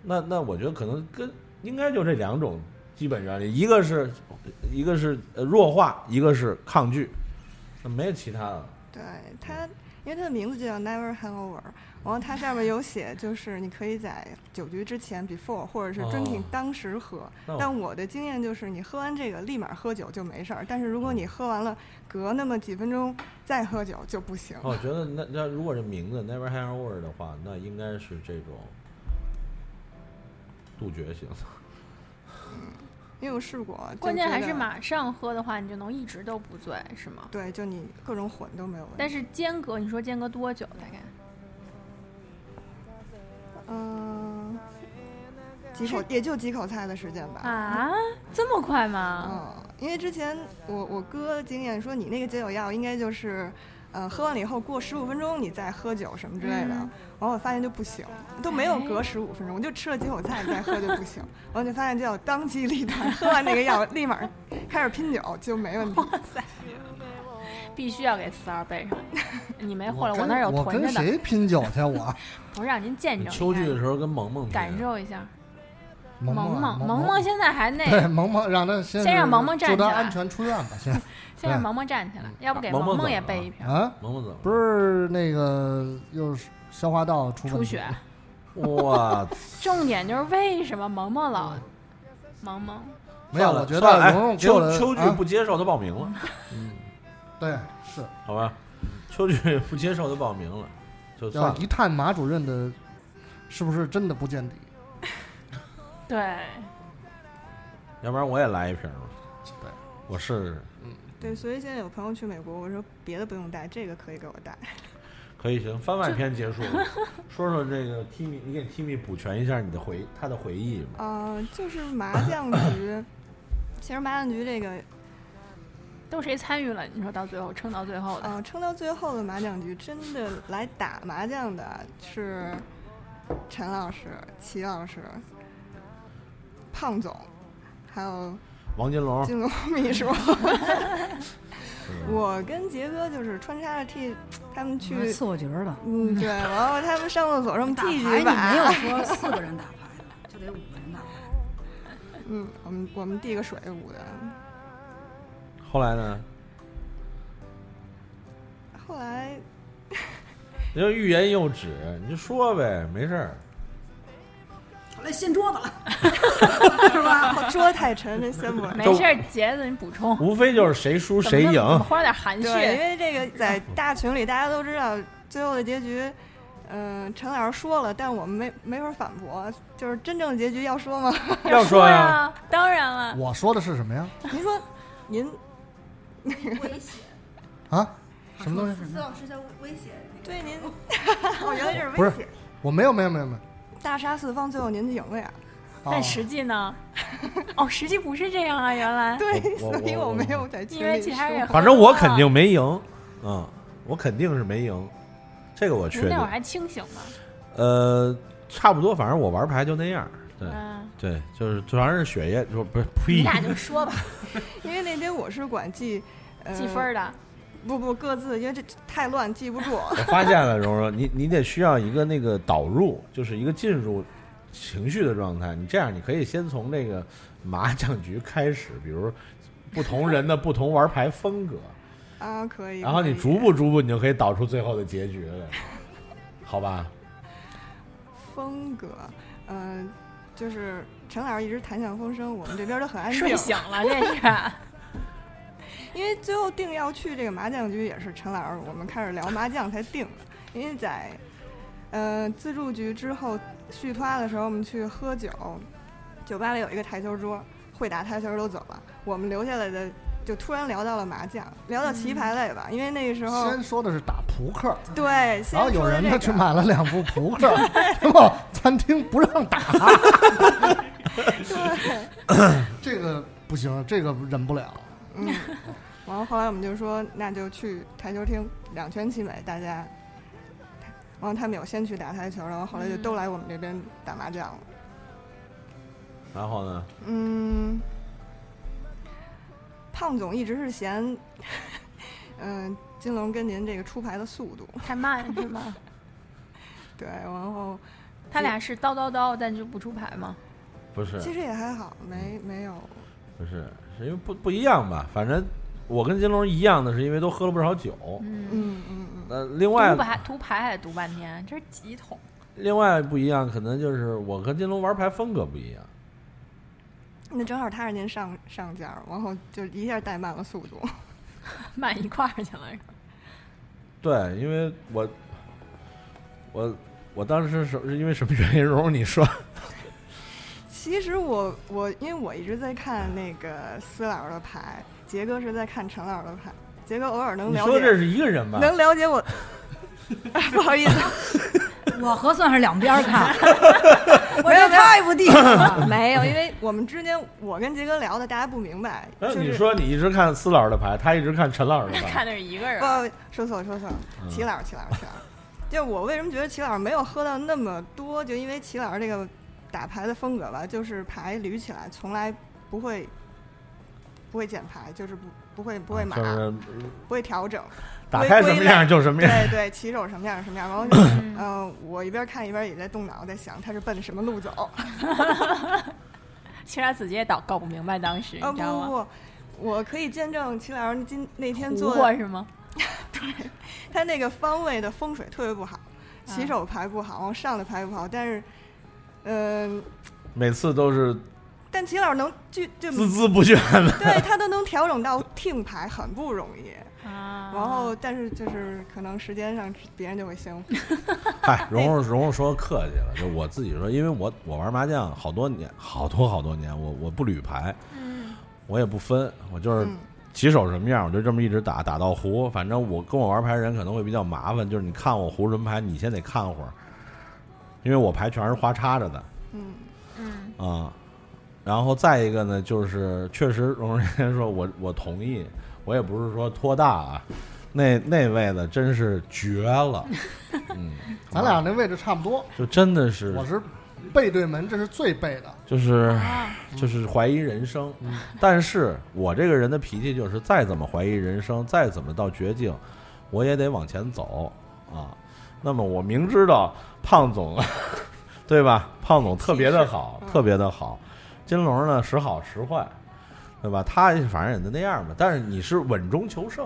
Speaker 3: 那那我觉得可能跟应该就这两种基本原理，一个是一个是呃弱化，一个是抗拒，那没有其他的了。
Speaker 7: 对它，因为它的名字就叫 Never Hangover，然后它上面有写，就是你可以在酒局之前 before，或者是
Speaker 3: 哦
Speaker 7: drinking 当时喝。
Speaker 3: 那我
Speaker 7: 但我的经验就是，你喝完这个立马喝酒就没事儿，但是如果你喝完了隔那么几分钟再喝酒就不行。
Speaker 3: 我觉得那那如果这名字 Never Hangover 的话，那应该是这种杜绝型的。
Speaker 7: 因为我试过，就
Speaker 2: 关键
Speaker 7: 觉
Speaker 2: 还
Speaker 7: 得
Speaker 2: 是马上喝的话，你就能一直都不醉，是吗？
Speaker 7: 对，就你各种混都没有问题。
Speaker 2: 但是间隔，你说间隔多久？大概
Speaker 7: 嗯，几口也就几口菜的时间吧。
Speaker 2: 啊，这么快吗？
Speaker 7: 嗯，因为之前我我哥经验说，你那个解酒药应该就是，呃，喝完了以后过十五分钟你再喝酒什么之类的。
Speaker 2: 嗯
Speaker 7: 然后我发现就不行，都没有
Speaker 2: 哎
Speaker 7: 隔十五分钟，我就吃了几口菜再喝就不行。然后就发现就要当机立断，喝完那个药立马开始拼酒就没问题。
Speaker 2: 必须要给四二备上。你没货了，
Speaker 1: 跟
Speaker 2: 那儿有
Speaker 1: 我
Speaker 2: 囤
Speaker 1: 跟
Speaker 2: 着的，
Speaker 1: 谁拼酒去？我
Speaker 2: 不是让您见
Speaker 3: 你
Speaker 2: 证
Speaker 3: 秋
Speaker 2: 一
Speaker 3: 季的
Speaker 2: 下，
Speaker 3: 时候跟萌萌
Speaker 2: 感
Speaker 3: 拼
Speaker 2: 受一下。
Speaker 1: 萌 啊
Speaker 2: 萌
Speaker 1: 萌
Speaker 2: 萌
Speaker 1: 萌
Speaker 2: 萌萌现在还那，
Speaker 1: 对萌萌，让他先
Speaker 2: 先让萌萌站
Speaker 1: 就
Speaker 2: 起
Speaker 1: 他
Speaker 2: 来
Speaker 1: 安全出院吧，先
Speaker 2: 先让萌萌站起来，要不给
Speaker 3: 萌
Speaker 2: 萌
Speaker 3: 萌怎么
Speaker 2: 萌也
Speaker 3: 了
Speaker 2: 备一瓶。
Speaker 1: 啊。
Speaker 3: 萌萌怎么
Speaker 1: 不是那个又是消化道出问
Speaker 2: 出
Speaker 1: 题
Speaker 2: 血，
Speaker 3: 哇？
Speaker 2: 重点就是为什么萌萌老萌萌
Speaker 1: 没有，
Speaker 3: 算了
Speaker 1: 我觉
Speaker 3: 算了
Speaker 1: 得
Speaker 3: 哎
Speaker 1: 蓉蓉给我
Speaker 3: 秋
Speaker 1: 的
Speaker 3: 秋季
Speaker 1: 啊
Speaker 3: 不接受他报名了。
Speaker 1: 对是
Speaker 3: 好吧，秋菊不接受就报名了，就算
Speaker 1: 要
Speaker 3: 了。
Speaker 1: 一探马主任的，是不是真的不见底？
Speaker 2: 对。
Speaker 3: 要不然我也来一瓶吧，
Speaker 1: 对，
Speaker 3: 我试试。
Speaker 7: 对，所以现在有朋友去美国，我说别的不用带，这个可以给我带。
Speaker 3: 可以行，番外篇结束了，说说这个 Timmy，你给 Timmy 补全一下你的回他的回忆嘛。
Speaker 7: 呃，就是麻将局，其实麻将局这个
Speaker 2: 都谁参与了？你说到最后撑到最后的，
Speaker 7: 嗯，撑到最后的麻将局，真的来打麻将的是陈老师、齐老师、胖总，还有
Speaker 3: 王金龙，
Speaker 7: 金龙 秘书。
Speaker 3: 嗯
Speaker 7: 我跟杰哥就是穿插着替他们去
Speaker 6: 我是，错觉了。
Speaker 7: 嗯，对，然后他们上厕所，让我们
Speaker 6: 打
Speaker 7: 替
Speaker 6: 牌
Speaker 7: 几
Speaker 6: 你
Speaker 7: 把
Speaker 6: 没。 有说四个人打牌的，就得五个人打牌。
Speaker 7: 嗯，我们我们递个水捂的。
Speaker 3: 后来呢？
Speaker 7: 后来
Speaker 3: 你就欲言又止，你就说呗，没事儿。
Speaker 6: 后来掀桌子了，
Speaker 7: 是吧？ 桌太沉，这掀不来。
Speaker 2: 没事儿，杰子你补充。
Speaker 3: 无非就是谁输谁
Speaker 2: 怎么
Speaker 3: 赢
Speaker 2: 那么怎。么忽然有点含
Speaker 7: 对，因
Speaker 2: 蓄？
Speaker 7: 为这个在大群里大家都知道最后的结局，嗯、陈老师说了，但我们没没法反驳，就是真正的结局要说吗？
Speaker 3: 要说啊
Speaker 2: 呀、
Speaker 3: 呀，
Speaker 2: 啊当然了，
Speaker 1: 我说的是什么呀？
Speaker 7: 您 说，您
Speaker 5: 威胁，
Speaker 1: 啊，什么东西？
Speaker 5: 思老师叫威胁
Speaker 7: 对您，我原来这是
Speaker 1: 不
Speaker 7: 威
Speaker 1: 是
Speaker 7: 胁，
Speaker 1: 我没有没有没有没有。
Speaker 7: 大杀四方，最后您赢了呀？
Speaker 1: 哦
Speaker 2: 但实际呢，哦，实际不是这样啊，原来
Speaker 7: 对，
Speaker 3: 我
Speaker 7: 所以
Speaker 3: 我
Speaker 7: 我
Speaker 3: 我
Speaker 7: 没有在群
Speaker 2: 因为
Speaker 7: 里
Speaker 2: 其他人也
Speaker 7: 说。
Speaker 2: 喝
Speaker 3: 反正我
Speaker 2: 多
Speaker 3: 肯
Speaker 2: 了
Speaker 3: 定没赢，嗯，我肯定是没赢，这个我确
Speaker 2: 您那会儿
Speaker 3: 定。
Speaker 2: 还清醒呢。
Speaker 3: 呃，差不多，反正我玩牌就那样儿。对
Speaker 2: 嗯，
Speaker 3: 对，就是主要是血液，就不是
Speaker 2: 你
Speaker 3: 呸，
Speaker 2: 俩就说吧，
Speaker 7: 因为那天我是管记，呃，
Speaker 2: 记分儿的。
Speaker 7: 不不各自，因为这太乱记不住。
Speaker 3: 我 发现了，蓉蓉，你你得需要一个那个导入，就是一个进入情绪的状态。你这样，你可以先从那个麻将局开始，比如不同人的不同玩牌风 格，
Speaker 7: 啊，可以。
Speaker 3: 然后你
Speaker 7: 可以
Speaker 3: 逐步逐步，你就可以导出最后的结局了，好吧？
Speaker 7: 风格，嗯、就是陈老师一直谈笑风生，我们这边都很安静
Speaker 2: 睡。醒了这是。
Speaker 7: 因为最后定要去这个麻将局，也是陈老师我们开始聊麻将才定的。因为在呃自助局之后续团的时候，我们去喝酒，酒吧里有一个台球桌，会打台球都走了，我们留下来的就突然聊到了麻将，聊到棋牌类吧，因为那个时候
Speaker 1: 哦先说的是打扑克，
Speaker 7: 嗯对，先
Speaker 1: 然后
Speaker 7: 说
Speaker 1: 有
Speaker 7: 的
Speaker 1: 人
Speaker 7: 这
Speaker 1: 他
Speaker 7: 个
Speaker 1: 去买了两副扑克，然后餐厅不让 打，
Speaker 7: 对。
Speaker 1: 这个不行，这个忍不了。
Speaker 7: 嗯，然后后来我们就说，那就去台球厅两全其美，大家。然后他们有先去打台球，然后后来就都来我们这边打麻将了。
Speaker 3: 然后呢？
Speaker 7: 嗯，胖总一直是嫌， 嗯、金龙跟您这个出牌的速度，
Speaker 2: 太慢是吗？
Speaker 7: 对，然后
Speaker 2: 他俩是叨叨叨，但就不出牌吗？
Speaker 3: 不是，
Speaker 7: 其实也还好，没
Speaker 3: 嗯
Speaker 7: 没有，
Speaker 3: 不是，是因为不不一样吧？反正我跟金龙一样的是，因为都喝了不少酒。
Speaker 2: 嗯，
Speaker 7: 嗯嗯嗯，
Speaker 3: 那、另外
Speaker 2: 读牌读牌还读半天，这是几桶？
Speaker 3: 另外不一样，可能就是我和金龙玩牌风格不一样。
Speaker 7: 那正好他是您上上家儿，然后就一下怠慢了速度。
Speaker 2: 慢一块儿去
Speaker 3: 啊
Speaker 2: 了。
Speaker 3: 对，因为我我我当时是是因为什么原因？蓉蓉，你说
Speaker 7: 其实我我因为我一直在看那个司老师的牌，杰哥是在看陈老师的牌，杰哥偶尔能
Speaker 3: 你
Speaker 7: 了
Speaker 3: 说这
Speaker 7: 解
Speaker 3: 是一个人吧？
Speaker 7: 能了解我， 不好意思，
Speaker 6: 我合算是两边儿看，我
Speaker 7: 没有
Speaker 6: 这太不地道了。
Speaker 7: 没有，因为我们之间我跟杰哥聊的大家不明白，
Speaker 3: 哎
Speaker 7: 就
Speaker 3: 你
Speaker 7: 是
Speaker 3: 说你一直看司老师的牌，他一直看陈老师 的牌嗯
Speaker 2: 看，的是一个人，
Speaker 3: 啊
Speaker 7: 不哦说错了说错了，齐老师齐老师齐老师，就我为什么觉得齐老师没有喝到那么多，就因为齐老师这个打牌的风格吧，就是牌捋起来从来不会不会捡牌，就是不不会不会码，
Speaker 3: 嗯就是
Speaker 7: 不会调整。
Speaker 3: 打开啊什么样就什么样。
Speaker 7: 对对，骑手什么样什么样，然后就 嗯、呃，我一边看一边也在动脑，在想他是奔什么路走。
Speaker 2: 其实他自己也搞搞不明白当时，
Speaker 7: 啊
Speaker 2: 你
Speaker 7: 不
Speaker 2: 知道
Speaker 7: 不
Speaker 2: 吗？
Speaker 7: 不，我可以见证齐老师今那天
Speaker 2: 糊
Speaker 7: 做
Speaker 2: 过是吗？
Speaker 7: 他那个方位的风水特别不好，骑
Speaker 2: 啊
Speaker 7: 手牌不好，然后上的牌不好，但是嗯、
Speaker 3: 每次都是
Speaker 7: 但齐老师能就就
Speaker 3: 孜孜不倦 的。
Speaker 7: 对他都能调整到听牌，很不容易。
Speaker 2: 啊，
Speaker 7: 然后但是就是可能时间上别人就会先
Speaker 3: 嗨，哎蓉蓉蓉蓉说客气了，就我自己说，因为我我玩麻将好多年，好多好多年，我我不捋牌，
Speaker 2: 嗯，
Speaker 3: 我也不分，我就是
Speaker 7: 嗯
Speaker 3: 起手什么样，我就这么一直打，打到胡。反正我跟我玩牌人可能会比较麻烦，就是你看我胡什么牌，你先得看会儿，因为我牌全是花插着的
Speaker 7: 嗯
Speaker 2: 嗯，
Speaker 3: 啊、然后再一个呢，就是确实荣荣先 说我我同意，我也不是说托大啊，那那位的真是绝了，嗯，
Speaker 1: 咱俩那位置差不多，
Speaker 3: 就真的是
Speaker 1: 我是背对门，这是最背的。
Speaker 3: 就是就是怀疑人生， 但是我这个人的脾气就是再怎么怀疑人生，再怎么到绝境，我也得往前走啊。那么我明知道胖总， 对吧？胖总特别的好，特别的好。金龙呢，时好时坏，对吧？他反正也就那样吧。但是你是稳中求胜，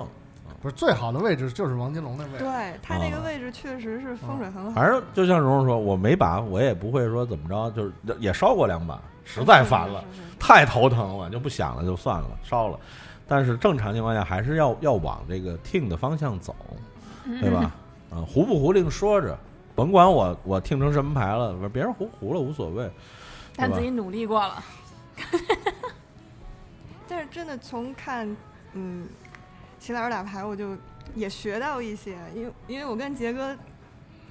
Speaker 1: 不是最好的位置就是王金龙那位置，
Speaker 7: 对他那个
Speaker 3: 啊
Speaker 7: 位置确实是风水很好。
Speaker 3: 反正就像蓉蓉说，我没把，我也不会说怎么着，就是也烧过两把，实在烦了。
Speaker 7: 是是是
Speaker 3: 太头疼了，就不想了，就算了，烧了。但是正常情况下还是要要往这个听的方向走，
Speaker 2: 嗯
Speaker 3: 对吧？啊，糊不糊另说着，甭管我我听成什么牌了，别人糊糊了无所谓，对
Speaker 2: 但
Speaker 3: 吧
Speaker 2: 自？己努力过了，
Speaker 7: 但是真的从看，嗯，齐老师打牌，我就也学到一些，因为因为我跟杰哥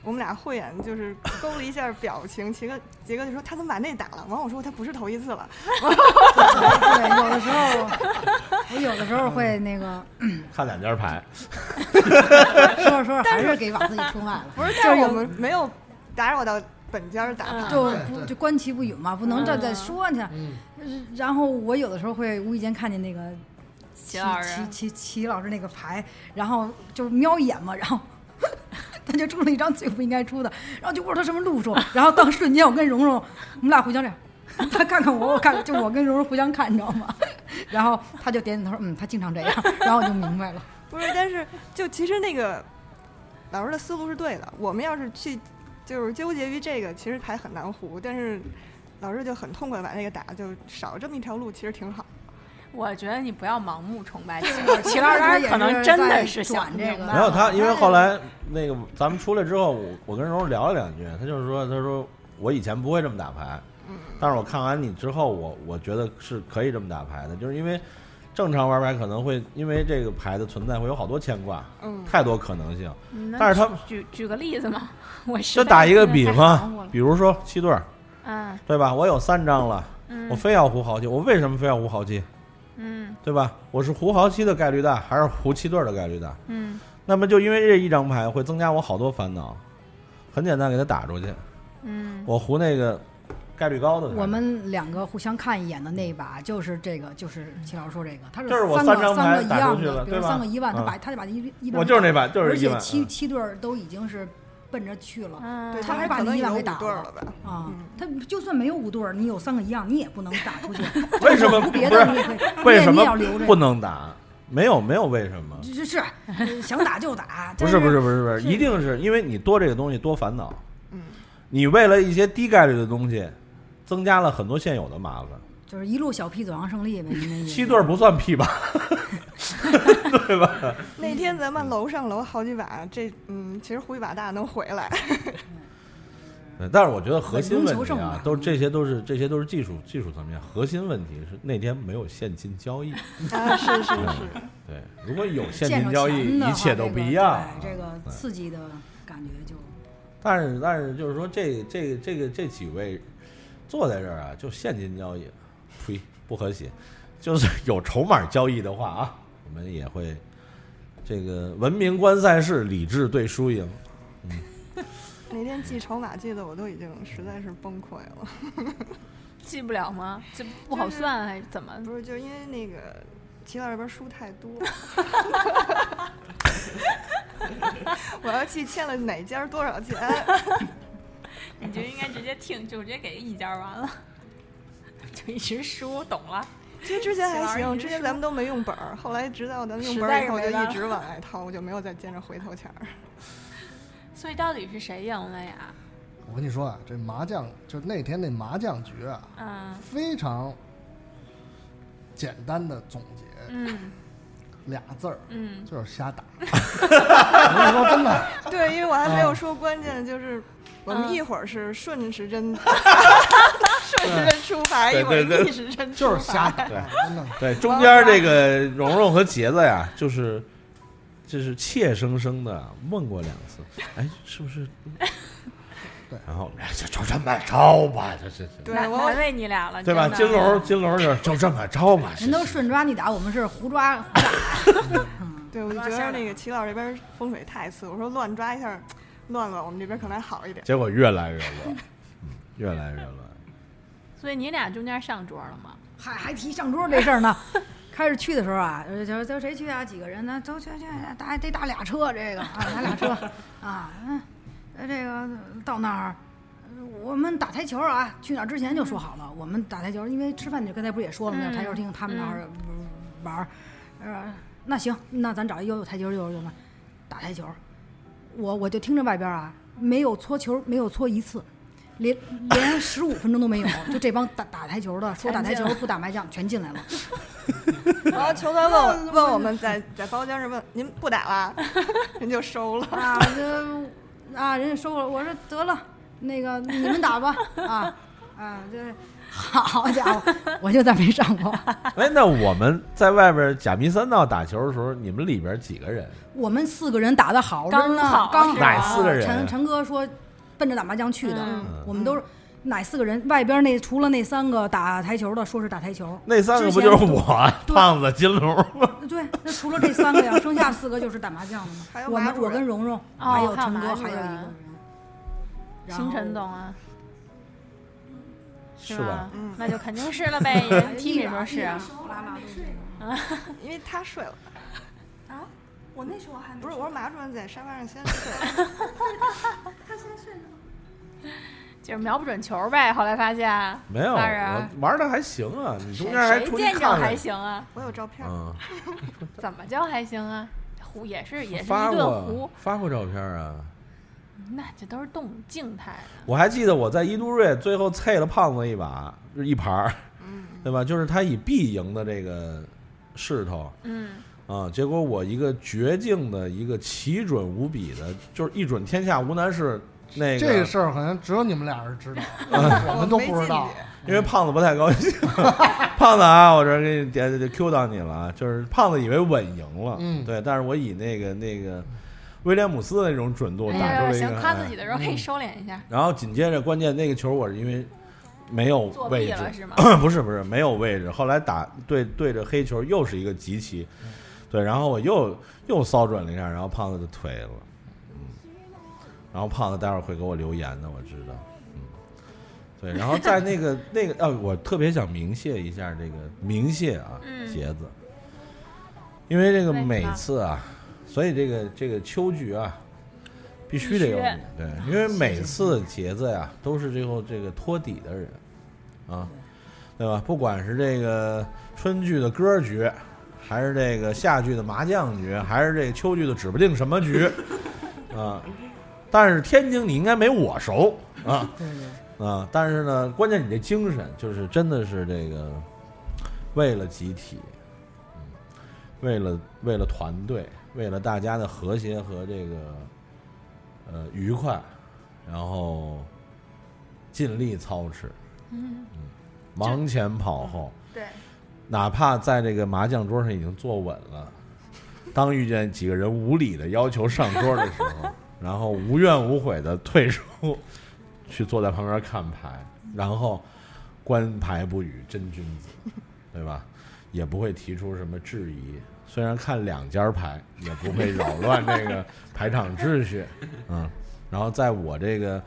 Speaker 7: 我们俩慧眼就是勾了一下表情，杰哥杰哥就说他怎么把那打了？完我说他不是头一次了，
Speaker 6: 对，有的时候我有的时候会那个
Speaker 3: 看两家牌，
Speaker 6: 说着说着还是给把自己冲坏了，
Speaker 7: 不是，
Speaker 6: 就
Speaker 7: 但
Speaker 6: 是
Speaker 7: 是嗯
Speaker 6: 有
Speaker 7: 我们没有打扰到本家打牌。
Speaker 6: 就
Speaker 1: 对
Speaker 6: 不
Speaker 1: 对
Speaker 6: 就观其不语嘛，不能再再说呢。
Speaker 1: 嗯，
Speaker 6: 然后我有的时候会无意间看见那个
Speaker 2: 齐
Speaker 6: 齐
Speaker 2: 老师
Speaker 6: 齐齐齐老师那个牌，然后就瞄一眼嘛，然后 他就出了一张最不应该出的，然后就不知道他什么路数，然后当瞬间我跟蓉蓉，我们俩互相这样，他看看我，我看就我跟蓉蓉互相看，你知道吗？ 然后他就点点头，嗯，他经常这样，然后我就明白了，
Speaker 7: 不是，但是就其实那个老师的思路是对的。我们要是去就是纠结于这个，其实牌很难胡。但是老师就很痛快地把那个打，就少这么一条路，其实挺好。
Speaker 2: 我觉得你不要盲目崇拜齐 老师，齐老师可能真的是想
Speaker 6: 这个
Speaker 2: 明白
Speaker 3: 没有他，因为后来那个咱们出来之后，我我跟蓉蓉聊了两句，他就是说，他说我以前不会这么打牌，
Speaker 7: 嗯，
Speaker 3: 但是我看完你之后，我我觉得是可以这么打牌的，就是因为正常玩牌可能会因为这个牌的存在会有好多牵挂，
Speaker 7: 嗯，
Speaker 3: 太多可能性。
Speaker 2: 嗯那
Speaker 3: 但是他
Speaker 2: 举举个例子嘛， 我实
Speaker 3: 就
Speaker 2: 在
Speaker 3: 打一
Speaker 2: 真
Speaker 3: 个
Speaker 2: 的
Speaker 3: 比
Speaker 2: 太含糊
Speaker 3: 方
Speaker 2: 了，
Speaker 3: 比如说七对儿，
Speaker 2: 嗯
Speaker 3: 对吧？我有三张了，我
Speaker 2: 嗯
Speaker 3: 非要胡豪七，我为什么非要胡豪七，
Speaker 2: 嗯
Speaker 3: 对吧？我是胡豪七的概率大，还是胡七对儿的概率大？
Speaker 2: 嗯，
Speaker 3: 那么就因为这一张牌会增加我好多烦恼，很简单，给他打出去。
Speaker 2: 嗯，
Speaker 3: 我胡那个概率高的牌，
Speaker 6: 我们两个互相看一眼的那一把，就是这个，就是齐老师说这个，他是
Speaker 3: 这是我
Speaker 6: 三
Speaker 3: 三
Speaker 6: 个
Speaker 3: 张
Speaker 6: 三
Speaker 3: 牌
Speaker 6: 个一
Speaker 3: 打出
Speaker 6: 样
Speaker 3: 去
Speaker 6: 的，
Speaker 3: 了
Speaker 6: 比如
Speaker 3: 对吧
Speaker 6: 三个一万，他
Speaker 3: 嗯
Speaker 6: 把他就把一一万
Speaker 3: 我就是那把，就是
Speaker 6: 而
Speaker 3: 一
Speaker 6: 且
Speaker 3: 万。
Speaker 6: 七
Speaker 3: 嗯
Speaker 6: 七对儿都已经是奔着去了
Speaker 2: 嗯
Speaker 7: 对，
Speaker 6: 他
Speaker 7: 他
Speaker 6: 还
Speaker 7: 们
Speaker 6: 把
Speaker 7: 可
Speaker 6: 你
Speaker 7: 能
Speaker 6: 一
Speaker 7: 有
Speaker 6: 碗给
Speaker 7: 五
Speaker 6: 打
Speaker 7: 对儿
Speaker 6: 了
Speaker 7: 了吧？
Speaker 6: 啊
Speaker 7: 嗯。
Speaker 6: 他就算没有五对儿，你有三个一样，你也不能打出去。
Speaker 3: 为什么
Speaker 6: 不别
Speaker 3: 不
Speaker 6: 的
Speaker 3: 是
Speaker 6: 你也可以，
Speaker 3: 为
Speaker 6: 你也
Speaker 3: 什
Speaker 6: 你也
Speaker 3: 么
Speaker 6: 要留着？
Speaker 3: 不能打？没有没有为什么？
Speaker 6: 是是，呃想打就打。
Speaker 3: 不
Speaker 6: 但
Speaker 3: 是
Speaker 6: 是
Speaker 3: 不是不是不是，一定是因为你多这个东西多烦恼。
Speaker 7: 嗯，
Speaker 3: 你为了一些低概率的东西，增加了很多现有的麻烦。
Speaker 6: 就是一路小屁走向胜利呗，你那意思
Speaker 3: 七对儿不算屁吧？
Speaker 7: 那
Speaker 6: 嗯
Speaker 7: 天咱们楼上楼好几把，这嗯，其实胡一把大能回来。
Speaker 3: 对但是我觉得核心问
Speaker 6: 稳中求
Speaker 3: 题
Speaker 6: 胜
Speaker 3: 啊
Speaker 6: 吧，
Speaker 3: 都这些都是这些都是技术技术层面，核心问题是那天没有现金交 易。
Speaker 7: 啊，是是
Speaker 3: 嗯
Speaker 7: 是。
Speaker 3: 对，如果有现
Speaker 6: 见着
Speaker 3: 金交易，
Speaker 6: 钱的
Speaker 3: 一切都
Speaker 6: 话这
Speaker 3: 不
Speaker 6: 个
Speaker 3: 一样啊。
Speaker 6: 对这个
Speaker 3: 对
Speaker 6: 刺激的感觉就
Speaker 3: 但是但是就是说这这这个这几位坐在这儿啊，就现金交易，呸，不和谐。就是有筹码交易的话啊，我们也会这个文明观赛事，理智对输赢。
Speaker 7: 那天记筹码记得我都已经实在是崩溃了，
Speaker 2: 记不了吗？这不好算还是怎么？
Speaker 7: 不是，就是因为那个齐老师这边书太多， 我要记欠了哪家多少钱，
Speaker 2: 你就应该直接听，就直接给一家完了， 就一直输，懂了。
Speaker 7: 其实之前还
Speaker 2: 齐老师
Speaker 7: 行，
Speaker 2: 一直
Speaker 7: 之前咱们都没用本儿，后来直到咱们用
Speaker 2: 实
Speaker 7: 本
Speaker 2: 在
Speaker 7: 儿以
Speaker 2: 是
Speaker 7: 后
Speaker 2: 没
Speaker 7: 就
Speaker 2: 办
Speaker 7: 一
Speaker 2: 法
Speaker 7: 直往外掏，我就没有再见着回头钱 儿。
Speaker 2: 所以到底是谁赢了呀？
Speaker 1: 我跟你说啊，这麻将就那天那麻将局啊，
Speaker 2: 嗯
Speaker 1: 非常简单的总结
Speaker 2: 嗯
Speaker 1: 俩字儿，
Speaker 2: 嗯，
Speaker 1: 就是瞎 打。我跟你说真的，
Speaker 7: 对，因为我还没有
Speaker 1: 嗯
Speaker 7: 说关键的就是，我们
Speaker 2: 嗯
Speaker 7: 一会儿是顺时 针，顺时针出牌， 一会
Speaker 3: 对
Speaker 7: 儿
Speaker 3: 对对
Speaker 7: 逆时针出
Speaker 1: 就
Speaker 7: 牌，
Speaker 1: 是瞎打，真的。
Speaker 3: 对，中间这个蓉蓉和杰子呀，就是就是怯生生的问过两次，哎，是不是？
Speaker 1: 对
Speaker 3: 然后哎就就这么着吧，这这这，
Speaker 7: 对
Speaker 2: 难
Speaker 7: 我
Speaker 2: 难为你俩了，
Speaker 3: 对吧？
Speaker 2: 真的
Speaker 3: 金龙金龙就是就这么 着吧，
Speaker 6: 人都顺抓你打，我们是胡抓胡打。
Speaker 7: 对，我就觉得那个齐老师这边风水太次，我说乱抓一下，乱了，我们这边可能还好一点。
Speaker 3: 结果越来越乱，嗯，越来越乱。
Speaker 2: 所以你俩中间上桌了吗？
Speaker 6: 还还提上桌这事儿呢。开始去的时候啊，就就就谁去啊？几个人呢？都去去，打得打俩车，这个啊，打俩车啊，嗯，呃这个到那儿，呃我们打台球啊，去哪儿之前就说好了，我们打台球，因为吃饭就刚才不是也说了吗？
Speaker 2: 嗯
Speaker 6: 台球厅他们那儿玩儿，呃，那行，那咱找一悠悠台球悠悠嘛，打台球，我我就听着外边啊，没有搓球，没有搓一次，连连十五分钟都没有，就这帮打打台球的说打台球不打麻将全进来了。
Speaker 7: 然后球团问我问我们在在包间儿是问您不打啦，人就收了。
Speaker 6: 啊，这啊，人家收了，我说得了，那个你们打吧，啊，啊，对，好家伙，我就再没上过。
Speaker 3: 哎，那我们在外边假迷三道打球的时候，你们里边几个人？
Speaker 6: 我们四个人打的好着呢，
Speaker 2: 刚好
Speaker 6: 刚好
Speaker 3: 哪四个人啊
Speaker 6: 陈陈哥说，奔着打麻将去的，
Speaker 2: 嗯
Speaker 6: 我们都是哪四个人？外边那除了那三个打台球的，说是打台球，
Speaker 3: 那三个不就是我、
Speaker 6: 对
Speaker 3: 胖子、金龙吗？
Speaker 6: 对，那除了这三个呀，剩下四个就是打麻将的嘛。
Speaker 7: 还有
Speaker 6: 我
Speaker 7: 马
Speaker 6: 们
Speaker 7: 主
Speaker 6: 我
Speaker 7: 任
Speaker 6: 跟蓉蓉，
Speaker 2: 哦
Speaker 6: 还有
Speaker 2: 还有
Speaker 6: 陈
Speaker 2: 马
Speaker 6: 哥，
Speaker 2: 主
Speaker 6: 还有一个
Speaker 2: 任
Speaker 6: 人，然后
Speaker 2: 星辰懂啊，
Speaker 3: 是吧
Speaker 2: 吧？
Speaker 7: 嗯，哎
Speaker 2: 那就肯定是了 呗，人听你
Speaker 6: 一
Speaker 2: 说
Speaker 6: 晚
Speaker 2: 是啊，
Speaker 5: 我还没睡呢
Speaker 7: 因为他睡了，
Speaker 5: 啊，我那时候还没
Speaker 7: 不是
Speaker 5: 睡
Speaker 7: 我说马主任在沙发上先睡了，
Speaker 5: 他先睡了。
Speaker 2: 就是瞄不准球呗。后来发现
Speaker 3: 没有，
Speaker 2: 仨人
Speaker 3: 我
Speaker 2: 儿
Speaker 3: 玩的还行啊。你中间还
Speaker 2: 谁
Speaker 3: 出去
Speaker 2: 见着
Speaker 3: 看
Speaker 2: 还
Speaker 3: 看，
Speaker 2: 行啊？
Speaker 7: 我有照片，
Speaker 3: 嗯，
Speaker 2: 怎么叫还行啊？胡也是也是一
Speaker 3: 发
Speaker 2: 顿
Speaker 3: 过
Speaker 2: 胡，
Speaker 3: 发过照片啊。
Speaker 2: 那这都是动静态的。
Speaker 3: 我还记得我在伊都瑞最后啐了胖子一把，就是一盘儿，
Speaker 2: 嗯
Speaker 3: 对吧？就是他以必赢的这个势头
Speaker 2: 嗯，
Speaker 3: 啊、结果我一个绝境的一个奇准无比的，就是一准天下无难事。那个，
Speaker 1: 这个事儿好像只有你们俩人知道， 我们都不知道。
Speaker 3: 因为胖子不太高兴， 胖子啊，我这给你点就 Q 到你了啊，就是胖子以为稳赢了，
Speaker 1: 嗯
Speaker 3: 对，但是我以那个那个威廉姆斯的那种准度
Speaker 2: 哎
Speaker 3: 打出
Speaker 2: 呀，
Speaker 3: 了一个，
Speaker 2: 行，夸
Speaker 3: 哎
Speaker 2: 自己的时候可以收敛一下，
Speaker 3: 然后紧接着关键那个球我是因为没有
Speaker 2: 作
Speaker 3: 位
Speaker 2: 弊
Speaker 3: 置
Speaker 2: 了，是吗？
Speaker 3: 不是不是没有位置，后来打对对着黑球又是一个急棋，对，然后我又又搔准了一下，然后胖子就颓了，嗯，然后胖子待会儿会给我留言的，我知道，嗯，对，然后在那个 那个呃，我特别想鸣谢一下这个鸣谢啊，
Speaker 2: 嗯
Speaker 3: 杰子，因为这个
Speaker 2: 为什
Speaker 3: 每
Speaker 2: 么
Speaker 3: 次啊，所以这个这个秋菊啊。必须得有
Speaker 2: 必须
Speaker 3: 你，对，因为每次杰子呀都是最后这个托底的人，啊，对吧？不管是这个春剧的歌局，还是这个夏剧的麻将局，还是这个秋剧的指不定什么局， 啊，但是天津你应该没我熟啊
Speaker 6: 对对对
Speaker 3: 啊！但是呢，关键你这精神就是真的是这个为了集体，嗯为了为了团队，为了大家的和谐和这个呃愉快，然后尽力操持。
Speaker 2: 嗯，
Speaker 3: 忙前跑后，
Speaker 5: 对，
Speaker 3: 哪怕在这个麻将桌上已经坐稳了，当遇见几个人无理的要求上桌的时候，然后无怨无悔的退出，去坐在旁边看牌，然后观牌不语，真君子，对吧？也不会提出什么质疑。虽然看两家牌，也不会扰乱这个 排场秩序，嗯。然后在我这个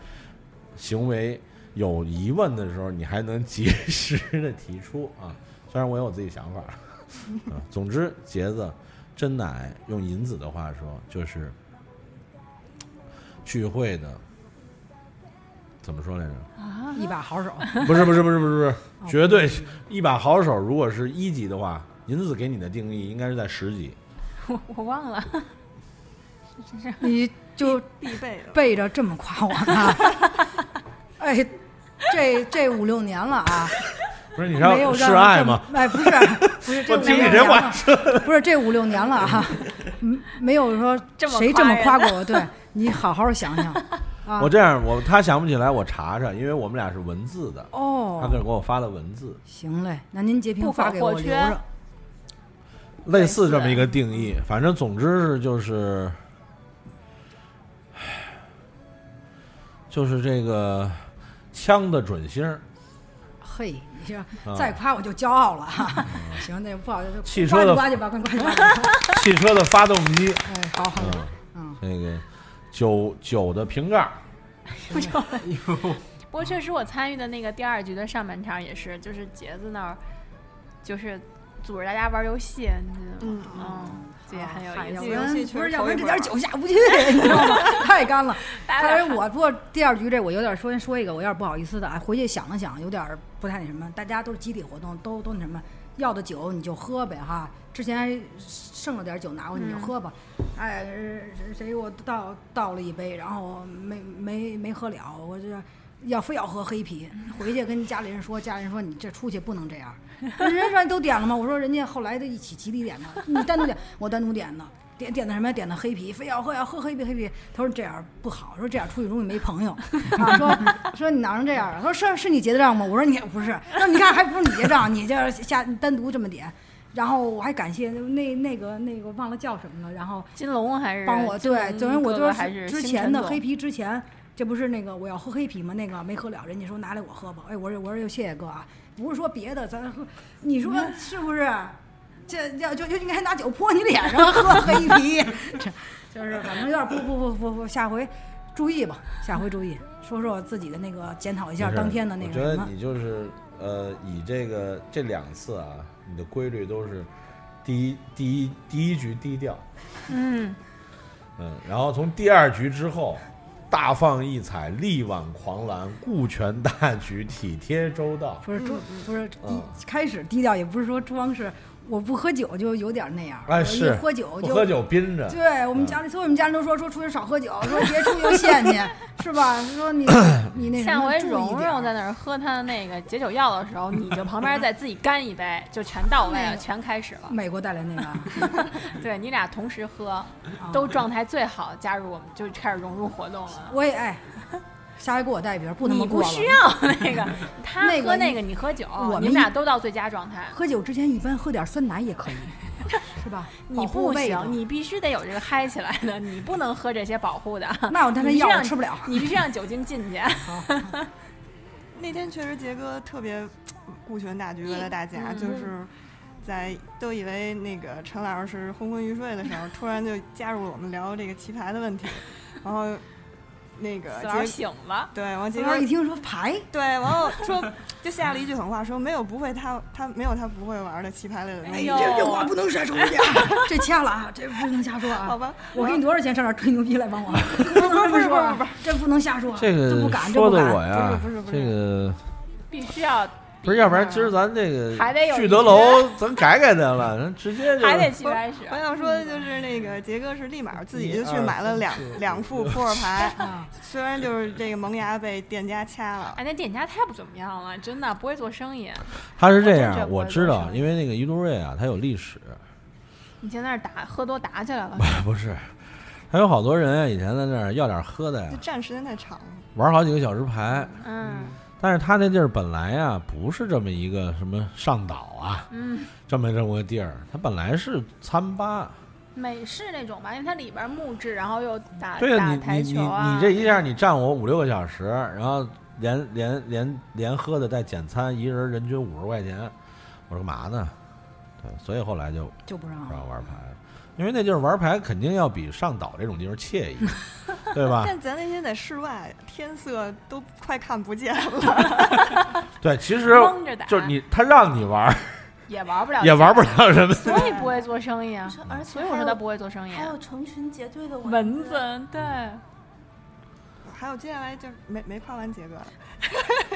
Speaker 3: 行为有疑问的时候，你还能及时的提出啊。 虽然我有自己想法， 啊，总之杰子真乃用银子的话说，就是聚会的怎么说来着？
Speaker 2: 啊
Speaker 6: 一把好手，
Speaker 3: 不是不是不是不是不是，
Speaker 6: 哦
Speaker 3: 绝对是一把好手。如果是一级的话，银子给你的定义应该是在十级。
Speaker 2: 我 我忘了，
Speaker 6: 你就
Speaker 7: 必备的。
Speaker 6: 背着这么夸我呢？ 哎，这这五六年了啊，
Speaker 3: 不是你
Speaker 6: 没有
Speaker 3: 要示
Speaker 6: 让
Speaker 3: 爱
Speaker 6: 吗
Speaker 3: 吗？？
Speaker 6: 哎，不是，不是，这
Speaker 3: 我
Speaker 6: 五
Speaker 3: 听
Speaker 6: 六
Speaker 3: 你
Speaker 6: 年
Speaker 3: 这话
Speaker 6: 了，不是这五六年 了啊，嗯没有说
Speaker 2: 这么
Speaker 6: 谁
Speaker 2: 夸
Speaker 6: 这么
Speaker 2: 人
Speaker 6: 夸过 我。对你好好想想啊
Speaker 3: 我。这样，我他想不起来，我查查，因为我们俩是文字的，他
Speaker 6: 哦，
Speaker 3: 给我发的文字，
Speaker 6: 行嘞，那您截屏
Speaker 2: 不可
Speaker 6: 发给我
Speaker 2: 或缺
Speaker 6: 留着。
Speaker 3: 类似这么一个定义。反正总之是就是，唉就是这个枪的准星儿，
Speaker 6: 嘿，你
Speaker 3: 啊
Speaker 6: 这再夸我就骄傲了 哈。行，那不好意思，
Speaker 3: 汽车的
Speaker 6: 刮就刮去吧，快刮去吧。
Speaker 3: 汽车的发动机，
Speaker 6: 哎，好好
Speaker 3: 嗯，
Speaker 6: 嗯，
Speaker 3: 那个九九的瓶盖儿，
Speaker 2: 不过确实我参与的那个第二局的上半场也是，就是杰子那儿，就是组织大家玩游戏，你记得吗？
Speaker 7: 嗯，
Speaker 6: 哦
Speaker 2: 嗯，这也很有意思
Speaker 6: 要不。
Speaker 7: 游
Speaker 6: 然
Speaker 7: 戏
Speaker 6: 不是，
Speaker 7: 确实
Speaker 6: 要不
Speaker 7: 头
Speaker 6: 然
Speaker 7: 一
Speaker 6: 这
Speaker 7: 会
Speaker 6: 点
Speaker 7: 儿
Speaker 6: 酒下不去， 你知道吗？太干了。 当 然，哎我不过第二局这我有点说说一个，我有点不好意思的啊。回去想了想，有点不太那什么。大家都是集体活动，都都那什么，要的酒你就喝呗哈。之前还剩了点酒拿过去你就喝吧。哎，谁谁给我倒倒了一杯，然后没没没喝了，我这要非要喝黑啤，回去跟家里人说，家里人说你这出去不能 这样。人家说都点了吗？我说人家后来都一起集体点的，你单独点，我单独点的。点点的什么呀？点的黑啤，非要喝要喝黑啤黑啤。他说这样不好，说这样出去容易没朋友。啊，说说你哪能这样啊？他说是是你结的账吗？我说你不是，那你看还不是你结账，你这样下单独这么点。然后我还感谢那那个那个忘了叫什么了，然后
Speaker 2: 金龙还是
Speaker 6: 帮我对，
Speaker 2: 金
Speaker 6: 等于
Speaker 2: 龙
Speaker 6: 我
Speaker 2: 哥
Speaker 6: 就
Speaker 2: 哥还是
Speaker 6: 之
Speaker 2: 星
Speaker 6: 前
Speaker 2: 辰
Speaker 6: 的
Speaker 2: 总
Speaker 6: 黑啤之前，这不是那个我要喝黑啤吗？那个没喝了，人家说拿来我喝吧。哎，我说我说就谢谢哥啊，不是说别的，咱喝，你说
Speaker 2: 嗯
Speaker 6: 是不是？这要就就应该拿酒泼你脸 上喝黑啤，这就是反正有点不不不不不，下回注意吧，下回注意。说说我自己的那个检讨一下
Speaker 3: 没事
Speaker 6: 当天的那
Speaker 3: 我
Speaker 6: 个
Speaker 3: 觉
Speaker 6: 什
Speaker 3: 得
Speaker 6: 么，
Speaker 3: 你就是呃，以这个这两次啊，你的规律都是第一第一第一局低调，
Speaker 2: 嗯，
Speaker 3: 嗯，然后从第二局之后大放异彩，力挽狂澜，顾全大局，体贴周到。
Speaker 6: 不是朱不是
Speaker 3: 嗯
Speaker 6: 低开始低调，也不是说光是我不喝酒就有点那样，
Speaker 3: 哎，
Speaker 6: 我一
Speaker 3: 是
Speaker 6: 喝酒
Speaker 3: 不
Speaker 6: 就
Speaker 3: 喝酒憋着，
Speaker 6: 对我们家里，所以我们家人都说说出去少喝酒，说别出去陷去， 是吧？说你你那什
Speaker 2: 下
Speaker 6: 么
Speaker 2: 回
Speaker 6: 注意
Speaker 2: 蓉
Speaker 6: 点儿
Speaker 2: 蓉在那儿喝她的那个解酒药的时候，你就旁边再自己干一杯，就全到 位
Speaker 6: 嗯
Speaker 2: 了，全开始了。
Speaker 6: 美国带来那个 啊，
Speaker 2: 对你俩同时喝，
Speaker 6: 啊
Speaker 2: 都状态最好，加入我们就开始融入活动了。
Speaker 6: 我也哎，下回给我带一瓶，不他妈
Speaker 2: 你不
Speaker 6: 过了。
Speaker 2: 需要 那 个，他
Speaker 6: 那个
Speaker 2: 喝
Speaker 6: 你
Speaker 2: 那个，你喝酒，
Speaker 6: 我
Speaker 2: 你们
Speaker 6: 们
Speaker 2: 俩都到最佳状态。
Speaker 6: 喝酒之前一般喝点酸奶 也可以，是吧？
Speaker 2: 你
Speaker 6: 保护
Speaker 2: 不
Speaker 6: 胃口
Speaker 2: 行，你必须得有这个嗨起来的，你不能喝这些保护的。
Speaker 6: 那我他妈
Speaker 2: 你
Speaker 6: 药
Speaker 2: 这
Speaker 6: 我
Speaker 2: 样
Speaker 6: 吃不了。
Speaker 2: 你必须让酒精进 去。
Speaker 6: 好，
Speaker 7: 那天确实杰哥特别顾全大局，为了大家，
Speaker 2: 嗯
Speaker 7: 就是在都以为那个陈老师昏昏欲睡的时候，突然就加入了我们聊这个棋牌的问题，然后那个
Speaker 2: 四老师
Speaker 7: 杰
Speaker 2: 醒了，
Speaker 7: 对王杰
Speaker 6: 结
Speaker 7: 哥
Speaker 6: 果一听说牌，
Speaker 7: 对，然后说就下了一句狠话，说没有不会他他没有他不会玩的棋牌类的东
Speaker 2: 哎
Speaker 7: 西，
Speaker 2: 呦，
Speaker 6: 不能晒出去，这掐了啊，这不能瞎 说啊。
Speaker 7: 好吧，
Speaker 6: 我给你多少钱上哪儿吹牛逼来帮我？不能这么说啊，这不能瞎说啊，
Speaker 3: 这
Speaker 6: 这不
Speaker 3: 个
Speaker 6: 敢，这
Speaker 3: 说
Speaker 6: 不
Speaker 3: 的
Speaker 6: 敢，
Speaker 3: 我。呀
Speaker 7: 不是不，是不
Speaker 3: 这
Speaker 7: 是
Speaker 3: 个
Speaker 2: 必须要。
Speaker 3: 不是，要不然今儿咱这个
Speaker 2: 啊还得有
Speaker 3: 聚
Speaker 2: 一
Speaker 3: 德
Speaker 2: 局
Speaker 3: 楼，咱改改它了，咱直接就
Speaker 2: 还得去开始。
Speaker 7: 我想说的就是那个杰哥是立马自己
Speaker 3: 一
Speaker 7: 就去
Speaker 3: 二
Speaker 7: 买了
Speaker 3: 三
Speaker 7: 两
Speaker 2: 嗯
Speaker 3: 四
Speaker 7: 两
Speaker 3: 五
Speaker 7: 副扑克 牌
Speaker 6: 啊，
Speaker 7: 虽然就是这个萌芽被店家掐了，
Speaker 2: 哎，那店家太不怎么样了，真的不会做生意。
Speaker 3: 他是
Speaker 2: 我
Speaker 3: 这
Speaker 2: 真觉得
Speaker 3: 样，
Speaker 2: 不
Speaker 3: 我
Speaker 2: 会
Speaker 3: 知
Speaker 2: 做
Speaker 3: 道，
Speaker 2: 生意
Speaker 3: 因为那个于都瑞啊，他有历史，
Speaker 2: 你现在那儿打喝多打起来了，
Speaker 3: 不是，还有好多人啊以前在那儿要点喝的呀
Speaker 7: 就，站时间太长了。
Speaker 3: 玩好几个小时牌。
Speaker 2: 嗯
Speaker 3: 但是他那地儿本来啊不是这么一个什么上岛啊
Speaker 2: 嗯，
Speaker 3: 这么这么个地儿，它本来是餐吧。
Speaker 2: 美式那种吧，因为它里边木质，然后又打
Speaker 3: 对
Speaker 2: 打
Speaker 3: 呀，你
Speaker 2: 台
Speaker 3: 你你
Speaker 2: 球啊，
Speaker 3: 你这一下你占我五六个小时，然后连连连连喝的带简餐，一人人均五十块钱，我说干嘛呢？对，所以后来就
Speaker 6: 就不让
Speaker 3: 不
Speaker 6: 了。
Speaker 3: 让玩牌了，因为那地儿玩牌肯定要比上岛这种地方惬意，对
Speaker 2: 啊
Speaker 3: 吧？
Speaker 7: 但咱那天在室外，天色都快看不 见了，
Speaker 3: 对，其实
Speaker 2: 蒙着打，
Speaker 3: 就是你他让你玩儿
Speaker 2: 也玩不了，
Speaker 3: 也玩不，了什么。
Speaker 2: 所以不会做生意啊。
Speaker 5: 是而且
Speaker 2: 所以我
Speaker 5: 还
Speaker 2: 说他
Speaker 5: 有
Speaker 2: 不会做生意啊。
Speaker 5: 还有成群结队的
Speaker 2: 蚊
Speaker 5: 子
Speaker 2: 子，对，
Speaker 7: 还有接下来就没没夸完杰哥 了，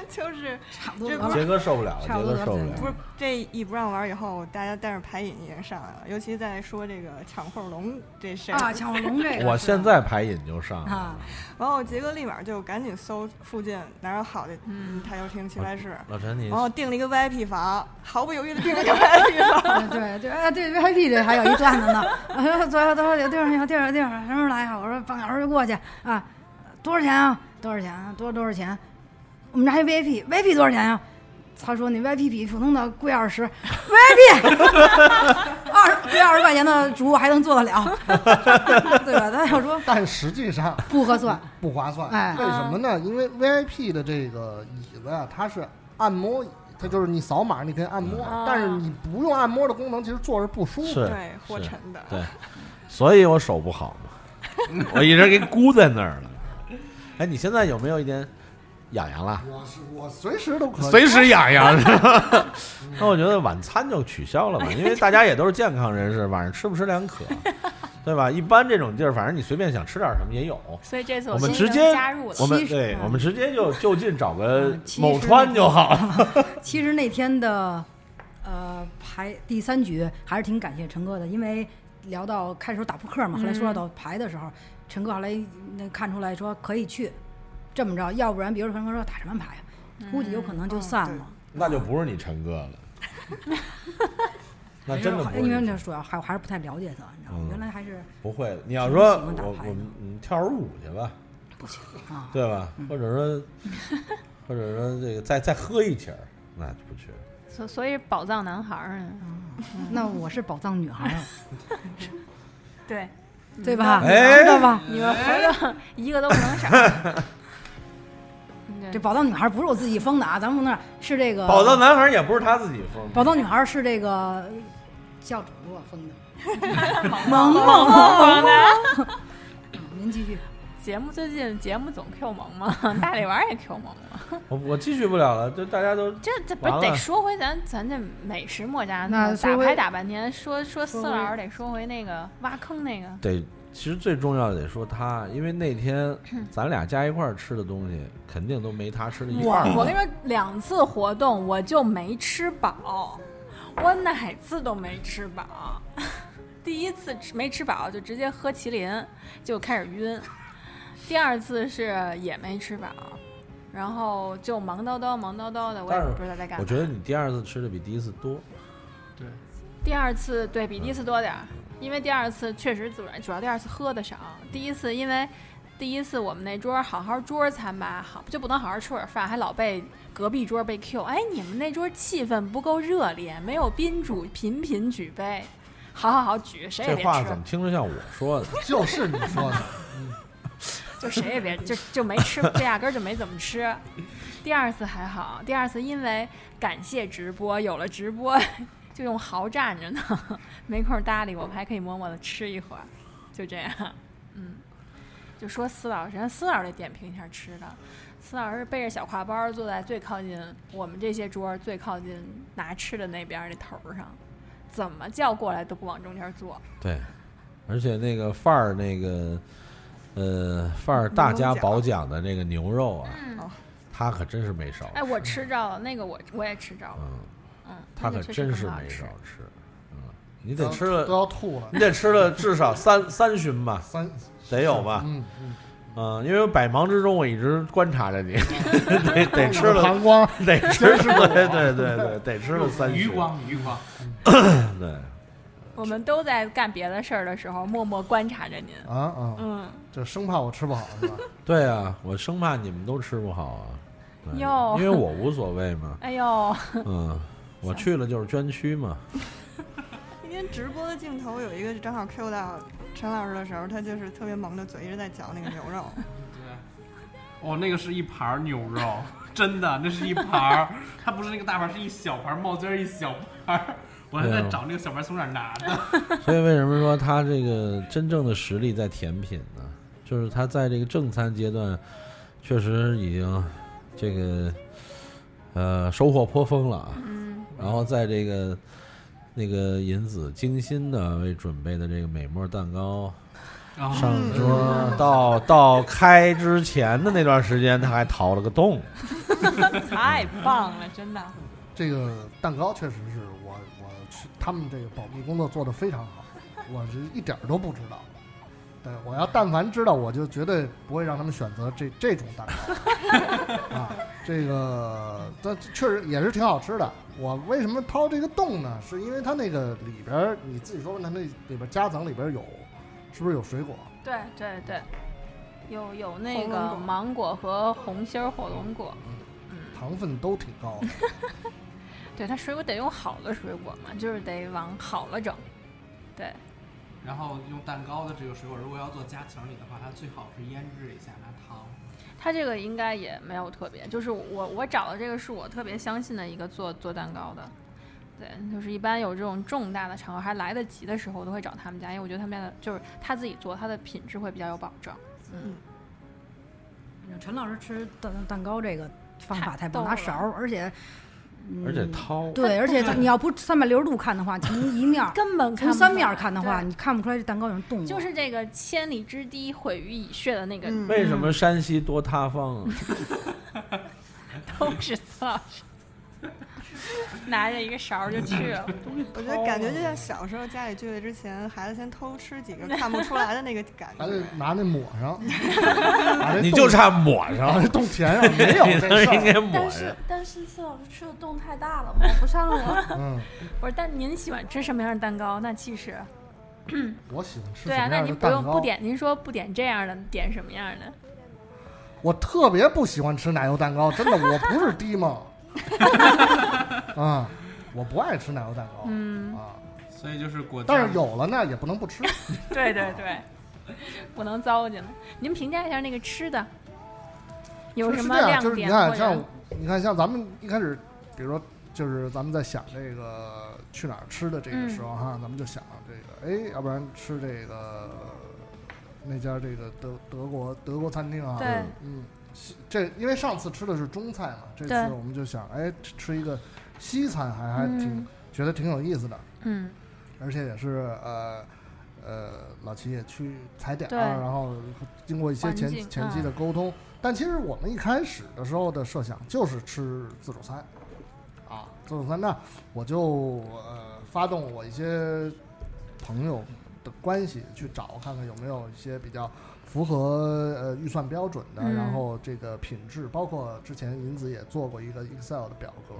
Speaker 7: 就是
Speaker 6: 差不多得
Speaker 7: 这不
Speaker 6: 了
Speaker 3: 杰。哥受不了了，
Speaker 6: 差
Speaker 3: 杰
Speaker 6: 不多
Speaker 3: 哥受不
Speaker 6: 对
Speaker 3: 了
Speaker 7: 不
Speaker 3: 了
Speaker 7: 是。这一不让玩以后，大家但是牌瘾也上来了，尤其在说这个抢后龙这事儿
Speaker 6: 啊，抢火龙这个是，
Speaker 3: 我现在牌瘾就上
Speaker 6: 啊
Speaker 3: 了，
Speaker 7: 然后杰哥立马就赶紧搜附近哪有好的
Speaker 2: 嗯
Speaker 7: 台球厅、棋牌室，
Speaker 3: 老陈哦你
Speaker 7: 然后订了一个 VIP 房，毫不犹豫的订了一个 VIP 房。
Speaker 6: 对对对，哎对，VIP 这还有一段子呢。 我说昨天说有地方有地方有地方，什么时候来啊？我说半个小时就过去啊。多少钱啊？多少钱啊？多多少钱？我们这还有 VIP，VIP 多少钱呀、他说你 VIP 比普通的贵二十，VIP 二十贵二十块钱的主我还能做得了， 对吧？他要说
Speaker 1: 但实际上
Speaker 6: 不合算，
Speaker 1: 不划算。
Speaker 6: 哎
Speaker 1: 为什么呢？因为 VIP 的这个椅子啊，它是按摩椅，它就是你扫码你可以按摩，
Speaker 2: 嗯
Speaker 1: 但是你不用按摩的功能，其实坐着不舒服。
Speaker 3: 是
Speaker 7: 对，货
Speaker 3: 是
Speaker 7: 沉的。
Speaker 3: 对，所以我手不好 嘛，我一直给箍在那儿了。哎，你现在有没有一点痒痒了？
Speaker 1: 我是我随时都可以。
Speaker 3: 随时痒痒。是吧那我觉得晚餐就取消了 吧，因为大家也都是健康人士，晚上吃不吃两可，对吧？一般这种地儿，反正你随便想吃点什么也有。
Speaker 2: 所以这次
Speaker 3: 我们
Speaker 2: 新
Speaker 3: 直
Speaker 2: 人
Speaker 3: 接
Speaker 2: 加入了
Speaker 3: 我，们
Speaker 6: 其实
Speaker 3: 对
Speaker 6: 嗯，
Speaker 3: 我们直接就就近找个
Speaker 6: 嗯其实
Speaker 3: 某川就好 了。
Speaker 6: 其实那天的呃牌第三局还是挺感谢陈哥的，因为聊到开始打扑克嘛，后来说到牌的时候，陈哥后来那看出来说可以去这么着，要不然比如陈哥说打什么牌啊，估计有可能就散了。
Speaker 3: 那就不是你陈哥了，那真的不
Speaker 6: 因为
Speaker 3: 会
Speaker 6: 那主要还我还是不太了解他，你知道吗
Speaker 3: 嗯？
Speaker 6: 原来还是
Speaker 3: 不会。你要
Speaker 6: 挺
Speaker 3: 说
Speaker 6: 喜欢打
Speaker 3: 我
Speaker 6: 牌
Speaker 3: 我
Speaker 6: 的
Speaker 3: 们嗯跳会儿舞去吧，
Speaker 6: 不行啊，
Speaker 3: 对吧？或者说或者说这个再再喝一起儿，那就不去了。
Speaker 2: 所所以宝藏男孩儿啊，
Speaker 6: 那我是宝藏女孩儿，
Speaker 2: 对，
Speaker 6: 对吧？
Speaker 3: 哎
Speaker 6: 知道吧？
Speaker 2: 你们回 头一个都不能少。
Speaker 6: 这宝藏女孩儿不是我自己封的啊，咱们不能是这个
Speaker 3: 宝藏男孩也不是他自己封的，
Speaker 6: 宝藏女孩儿是这个教主给我封的。
Speaker 2: 萌萌萌的。
Speaker 6: 嗯您继续，
Speaker 2: 节目最近节目总 Q 萌萌， 大力丸也 Q 萌萌，
Speaker 3: 我我继续不了了，就大家都
Speaker 2: 这这不是
Speaker 3: 完了
Speaker 2: 得说回咱咱这美食莫家
Speaker 6: 那
Speaker 2: 打
Speaker 6: 说回
Speaker 2: 牌打半天，说说四
Speaker 6: 说回
Speaker 2: 老师得说回那个挖坑那个，
Speaker 3: 得，其实最重要的得说他，因为那天咱俩加一块儿吃的东西，肯定都没他吃的一块儿
Speaker 2: 我
Speaker 3: 好。
Speaker 2: 我跟你说，两次活动我就没吃饱，我哪次都没吃饱。 第一次吃没吃饱就直接喝麒麟，就开始晕。第二次是也没吃饱，然后就忙叨叨忙叨叨的，我也
Speaker 3: 但是
Speaker 2: 不知道在干
Speaker 3: 我
Speaker 2: 嘛。
Speaker 3: 觉得你第二次吃的比第一次多，
Speaker 4: 对，
Speaker 2: 第二次对比第一次多点儿，因为第二次确实主要主要第二次喝的少，第一次因为第一次我们那桌儿好好桌儿餐吧，好就不能好好吃会儿饭，还老被隔壁桌儿被 Q，哎，你们那桌儿气氛不够热烈，没有宾主频频举杯，好好好举，谁也
Speaker 3: 这
Speaker 2: 别
Speaker 3: 话怎么
Speaker 2: 吃，
Speaker 3: 听着像我说的？
Speaker 1: 就是你说的，
Speaker 2: 就谁也别就就没吃，这压根儿就没怎么吃。第二次还好，第二次因为感谢直播，有了直播就用豪站着呢，没空搭理我，我还可以默默的吃一会儿，就这样。嗯，就说司老师，让司老师得点评一下吃的。司老师背着小挎包坐在最靠近我们这些桌儿最靠近拿吃的那边儿那头儿上，怎么叫过来都不往中间坐。
Speaker 3: 对，而且那个范儿那个，呃，范儿大家褒奖的那个牛肉啊，他可真是没少
Speaker 2: 哎，
Speaker 3: 吃，
Speaker 2: 我吃着了，那个我我也吃着了，
Speaker 3: 嗯，
Speaker 2: 嗯，
Speaker 3: 他
Speaker 2: 那
Speaker 3: 可
Speaker 2: 个确实
Speaker 3: 真是
Speaker 2: 很好
Speaker 3: 没
Speaker 2: 吃
Speaker 3: 少吃，嗯， 你得吃
Speaker 1: 都
Speaker 3: 了，
Speaker 1: 要吐了。
Speaker 3: 你得吃了至少三三巡吧，
Speaker 1: 三
Speaker 3: 得有吧？
Speaker 1: 嗯，嗯
Speaker 3: 嗯，因为百忙之中我一直观 察着你，得得吃了，
Speaker 1: 膀胱，
Speaker 3: 得吃了，对对对对，得吃了三
Speaker 4: 余
Speaker 3: 巡，
Speaker 4: 光余光，
Speaker 3: 对，
Speaker 2: 我们都在干别的事儿的时候，默默观察着您。
Speaker 1: 啊啊，
Speaker 2: 嗯，
Speaker 1: 这生怕我吃不好是吧？
Speaker 3: 对啊，我生怕你们都吃不好啊，对
Speaker 2: 哟
Speaker 3: 因为我无所 谓嘛，
Speaker 2: 哎呦，
Speaker 3: 嗯，我去了就是捐躯嘛，
Speaker 7: 那天直播的镜头有一个正好 Q 到陈老师的时候，他就是特别萌的嘴一直在嚼那个牛 肉，
Speaker 4: 哦，那个是一盘儿牛肉，真的，那是一盘儿，它不是那个大盘儿，是一小盘儿，冒尖儿一小盘儿。我还在找那个小盘儿从哪儿拿的。
Speaker 3: 所以为什么说他这个真正的实力在甜品呢？就是他在这个正餐阶段，确实已经这个呃收获颇丰了啊。
Speaker 2: 嗯，
Speaker 3: 然后在这个那个银子精心的为准备的这个美墨蛋糕
Speaker 4: 然后
Speaker 3: 上
Speaker 1: 嗯
Speaker 3: 桌，到到开之前的那段时间，他还掏了个洞。
Speaker 2: 太棒了，真的。
Speaker 1: 这个蛋糕确实是我我去他们这个保密工作做得非常好，我是一点儿都不知道。对，我要但凡知道，我就绝对不会让他们选择这这种蛋糕啊。这个，但确实也是挺好吃的。我为什么掏这个洞呢？是因为它那个里边儿，你自己说吧，它那里边儿夹层里边儿有，是不是有水果？
Speaker 2: 对对对，有有那
Speaker 7: 火龙
Speaker 2: 个
Speaker 7: 果
Speaker 2: 芒果和红心儿火龙果，
Speaker 1: 糖分都挺高的。
Speaker 2: 对它水果得用好的水果嘛，就是得往好了整。对，
Speaker 4: 然后用蛋糕的这个水果，如果要做夹层里的话，它最好是腌制一下，拿糖。
Speaker 2: 它这个应该也没有特别，就是我我找的这个是我特别相信的一个做做蛋糕的。对，就是一般有这种重大的场合还来得及的时候，我都会找他们家，因为我觉得他们家的就是他自己做，他的品质会比较有保证。
Speaker 6: 陈老师吃蛋蛋糕这个方法太棒，
Speaker 2: 太
Speaker 6: 拿勺儿，而且嗯
Speaker 3: 而且掏，
Speaker 6: 对，而且你要不三百六十度 看的话，从一面儿
Speaker 2: 根本
Speaker 6: 从三面儿看的话，
Speaker 2: 对
Speaker 6: 你看不出来这蛋糕有人动过。
Speaker 2: 就是这个千里之堤毁于蚁穴的那个，
Speaker 7: 嗯
Speaker 3: 为什么山西多塌方啊？
Speaker 2: 都是司老师。拿着一个勺儿就去
Speaker 1: 嗯
Speaker 2: 了。
Speaker 7: 我觉得感觉就像小时候家里聚会之前，孩子先偷吃几个看不出来的那个感
Speaker 1: 还得
Speaker 7: 觉。
Speaker 1: 拿那抹上， 把这
Speaker 3: 啊你
Speaker 1: 洞
Speaker 3: 就差抹
Speaker 1: 把
Speaker 3: 上，
Speaker 1: 这洞填上，没有
Speaker 3: 你
Speaker 1: 这事儿。
Speaker 3: 应该抹
Speaker 5: 但是
Speaker 3: 上。
Speaker 5: 但是谢老师吃的洞太大了，抹不上了。
Speaker 1: 嗯，
Speaker 2: 不是，但您喜欢吃什么样的蛋糕？那其实
Speaker 1: 我喜欢吃
Speaker 2: 对
Speaker 1: 什
Speaker 2: 啊，
Speaker 1: 么样
Speaker 2: 那
Speaker 1: 的
Speaker 2: 您不
Speaker 1: 蛋
Speaker 2: 用不
Speaker 1: 糕？
Speaker 2: 点，您说不点这样的，点什么样的？
Speaker 1: 我特别不喜欢吃奶油蛋 糕，真的，我不是低嘛。啊，我不爱吃奶油蛋糕。
Speaker 2: 嗯，
Speaker 1: 啊，
Speaker 4: 所以就是果酱，
Speaker 1: 但是有了呢，也不能不吃。
Speaker 2: 对对对，不能糟践了。您评价一下那个吃的，有
Speaker 1: 就
Speaker 2: 什
Speaker 1: 是
Speaker 2: 么
Speaker 1: 这样，就是
Speaker 2: 亮
Speaker 1: 你
Speaker 2: 点
Speaker 1: 看
Speaker 2: 或
Speaker 1: 像
Speaker 2: 者？
Speaker 1: 你看像咱们一开始，比如说就是咱们在想这个去哪儿吃的这个时
Speaker 2: 嗯
Speaker 1: 候哈，咱们就想这个，哎，要不然吃这个那家这个德德国德国餐厅啊，
Speaker 2: 对
Speaker 1: 嗯，西这因为上次吃的是中菜嘛，这
Speaker 2: 对
Speaker 1: 次我们就想，哎，吃吃一个西餐还还挺、
Speaker 2: 嗯
Speaker 1: 觉得挺有意思的，
Speaker 2: 嗯，
Speaker 1: 而且也是呃呃，老齐也去踩点儿，
Speaker 2: 对
Speaker 1: 然后经过一些
Speaker 2: 环
Speaker 1: 前
Speaker 2: 境嗯
Speaker 1: 前期的沟通。但其实我们一开始的时候的设想就是吃自助餐，啊，自助餐那我就呃发动我一些朋友的关系去找看看有没有一些比较符合呃预算标准的，
Speaker 2: 嗯
Speaker 1: 然后这个品质，包括之前银子也做过一个 Excel 的表格，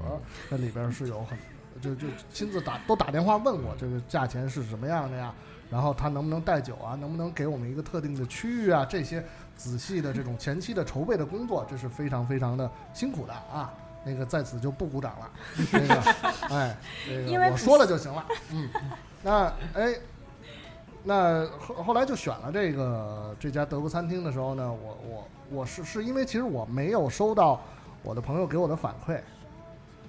Speaker 1: 那里边是有很就就亲自打都打电话问我这个价钱是什么样的呀，然后他能不能带酒啊，能不能给我们一个特定的区域啊，这些仔细的这种前期的筹备的工作，这是非常非常的辛苦的啊。那个在此就不鼓掌 了，那个，哎，这
Speaker 2: 因
Speaker 1: 个
Speaker 2: 为
Speaker 1: 我说了就行了，嗯，那哎，那后后来就选了这个这家德国餐厅的时候呢，我我我是是因为其实我没有收到我的朋友给我的反馈，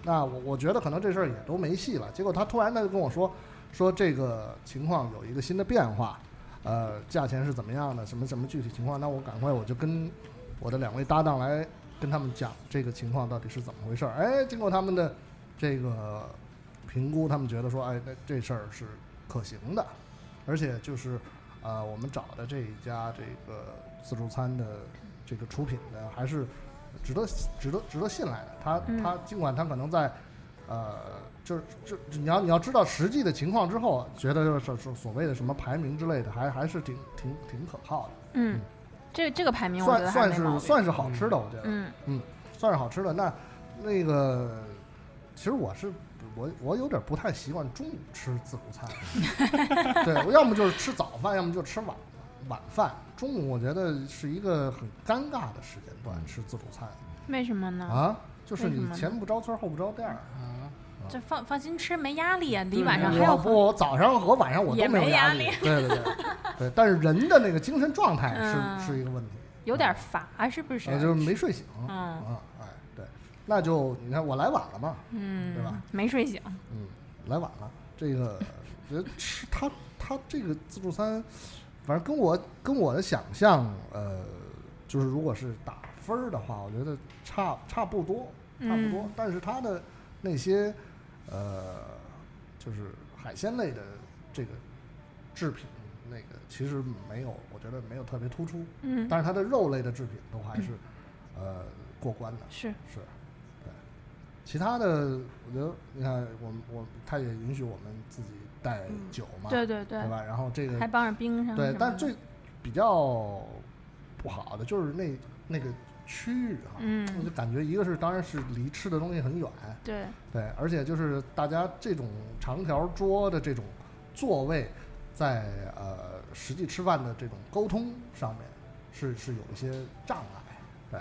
Speaker 1: 那我我觉得可能这事儿也都没戏了。结果他突然他就跟我说说这个情况有一个新的变化，呃，价钱是怎么样的，什么什么具体情况？那我赶快我就跟我的两位搭档来跟他们讲这个情况到底是怎么回事儿。哎，经过他们的这个评估，他们觉得说，哎，那这事儿是可行的，而且就是呃，我们找的这一家这个呃自助餐的哎这个出品的还是值得值得值得信赖的。他
Speaker 2: 嗯
Speaker 1: 他尽管他可能在呃，就是这你要你要知道实际的情况之后，觉得就是所所谓的什么排名之类的，还还是挺挺挺可靠的，
Speaker 2: 嗯，这这个排名我
Speaker 1: 算
Speaker 2: 觉得还
Speaker 1: 算
Speaker 2: 没毛
Speaker 1: 是
Speaker 2: 病。
Speaker 1: 算是好吃的，我觉得。
Speaker 2: 嗯
Speaker 1: 算是好吃的。那那个，其实我是我我有点不太习惯中午吃自助餐，对，我要么就是吃早饭，要么就吃晚晚饭。中午我觉得是一个很尴尬的时间段吃自助餐
Speaker 2: 为什么呢？
Speaker 1: 啊，就是
Speaker 2: 嗯为什
Speaker 1: 你
Speaker 2: 么呢
Speaker 1: 前不着村后不着店儿。
Speaker 4: 啊，
Speaker 2: 这放放心吃没压力啊，
Speaker 1: 嗯
Speaker 2: 你
Speaker 4: 对
Speaker 2: 晚上还
Speaker 1: 我
Speaker 2: 有
Speaker 1: 不，我早上和晚上我
Speaker 2: 也
Speaker 1: 都有
Speaker 2: 没
Speaker 1: 压
Speaker 2: 压力
Speaker 1: 对对对 对，但是人的那个精神状态是、
Speaker 2: 嗯
Speaker 1: 是一个问题，
Speaker 2: 有点乏，是不
Speaker 1: 也
Speaker 2: 是？
Speaker 1: 啊就是没睡醒。
Speaker 2: 嗯
Speaker 1: 啊，哎，对，那就你看我来晚了嘛，
Speaker 2: 嗯，
Speaker 1: 对吧
Speaker 2: 没睡醒，
Speaker 1: 嗯，来晚了。这个觉得吃他他这个自助餐，反正跟我跟我的想象，呃，就是如果是打分儿的话，我觉得差差不多，差不多。
Speaker 2: 嗯
Speaker 1: 但是它的那些呃，就是海鲜类的这个制品，那个其实没有，我觉得没有特别突出。
Speaker 2: 嗯，
Speaker 1: 但是它的肉类的制品都还是、呃过关的。
Speaker 2: 是，
Speaker 1: 是，对。其他的，我觉得你看，我们我他也允许我们自己带酒嘛，
Speaker 2: 嗯对对对，
Speaker 1: 吧？然后这
Speaker 2: 还
Speaker 1: 个
Speaker 2: 帮着冰上什么的。
Speaker 1: 对，但最比较不好的就是那那个区域哈、
Speaker 2: 嗯
Speaker 1: 我就感觉一个是当然是离吃的东西很远，
Speaker 2: 对，
Speaker 1: 对，而且就是大家这种长条桌的这种座位，在呃实际吃饭的这种沟通上面是是有一些障碍，对，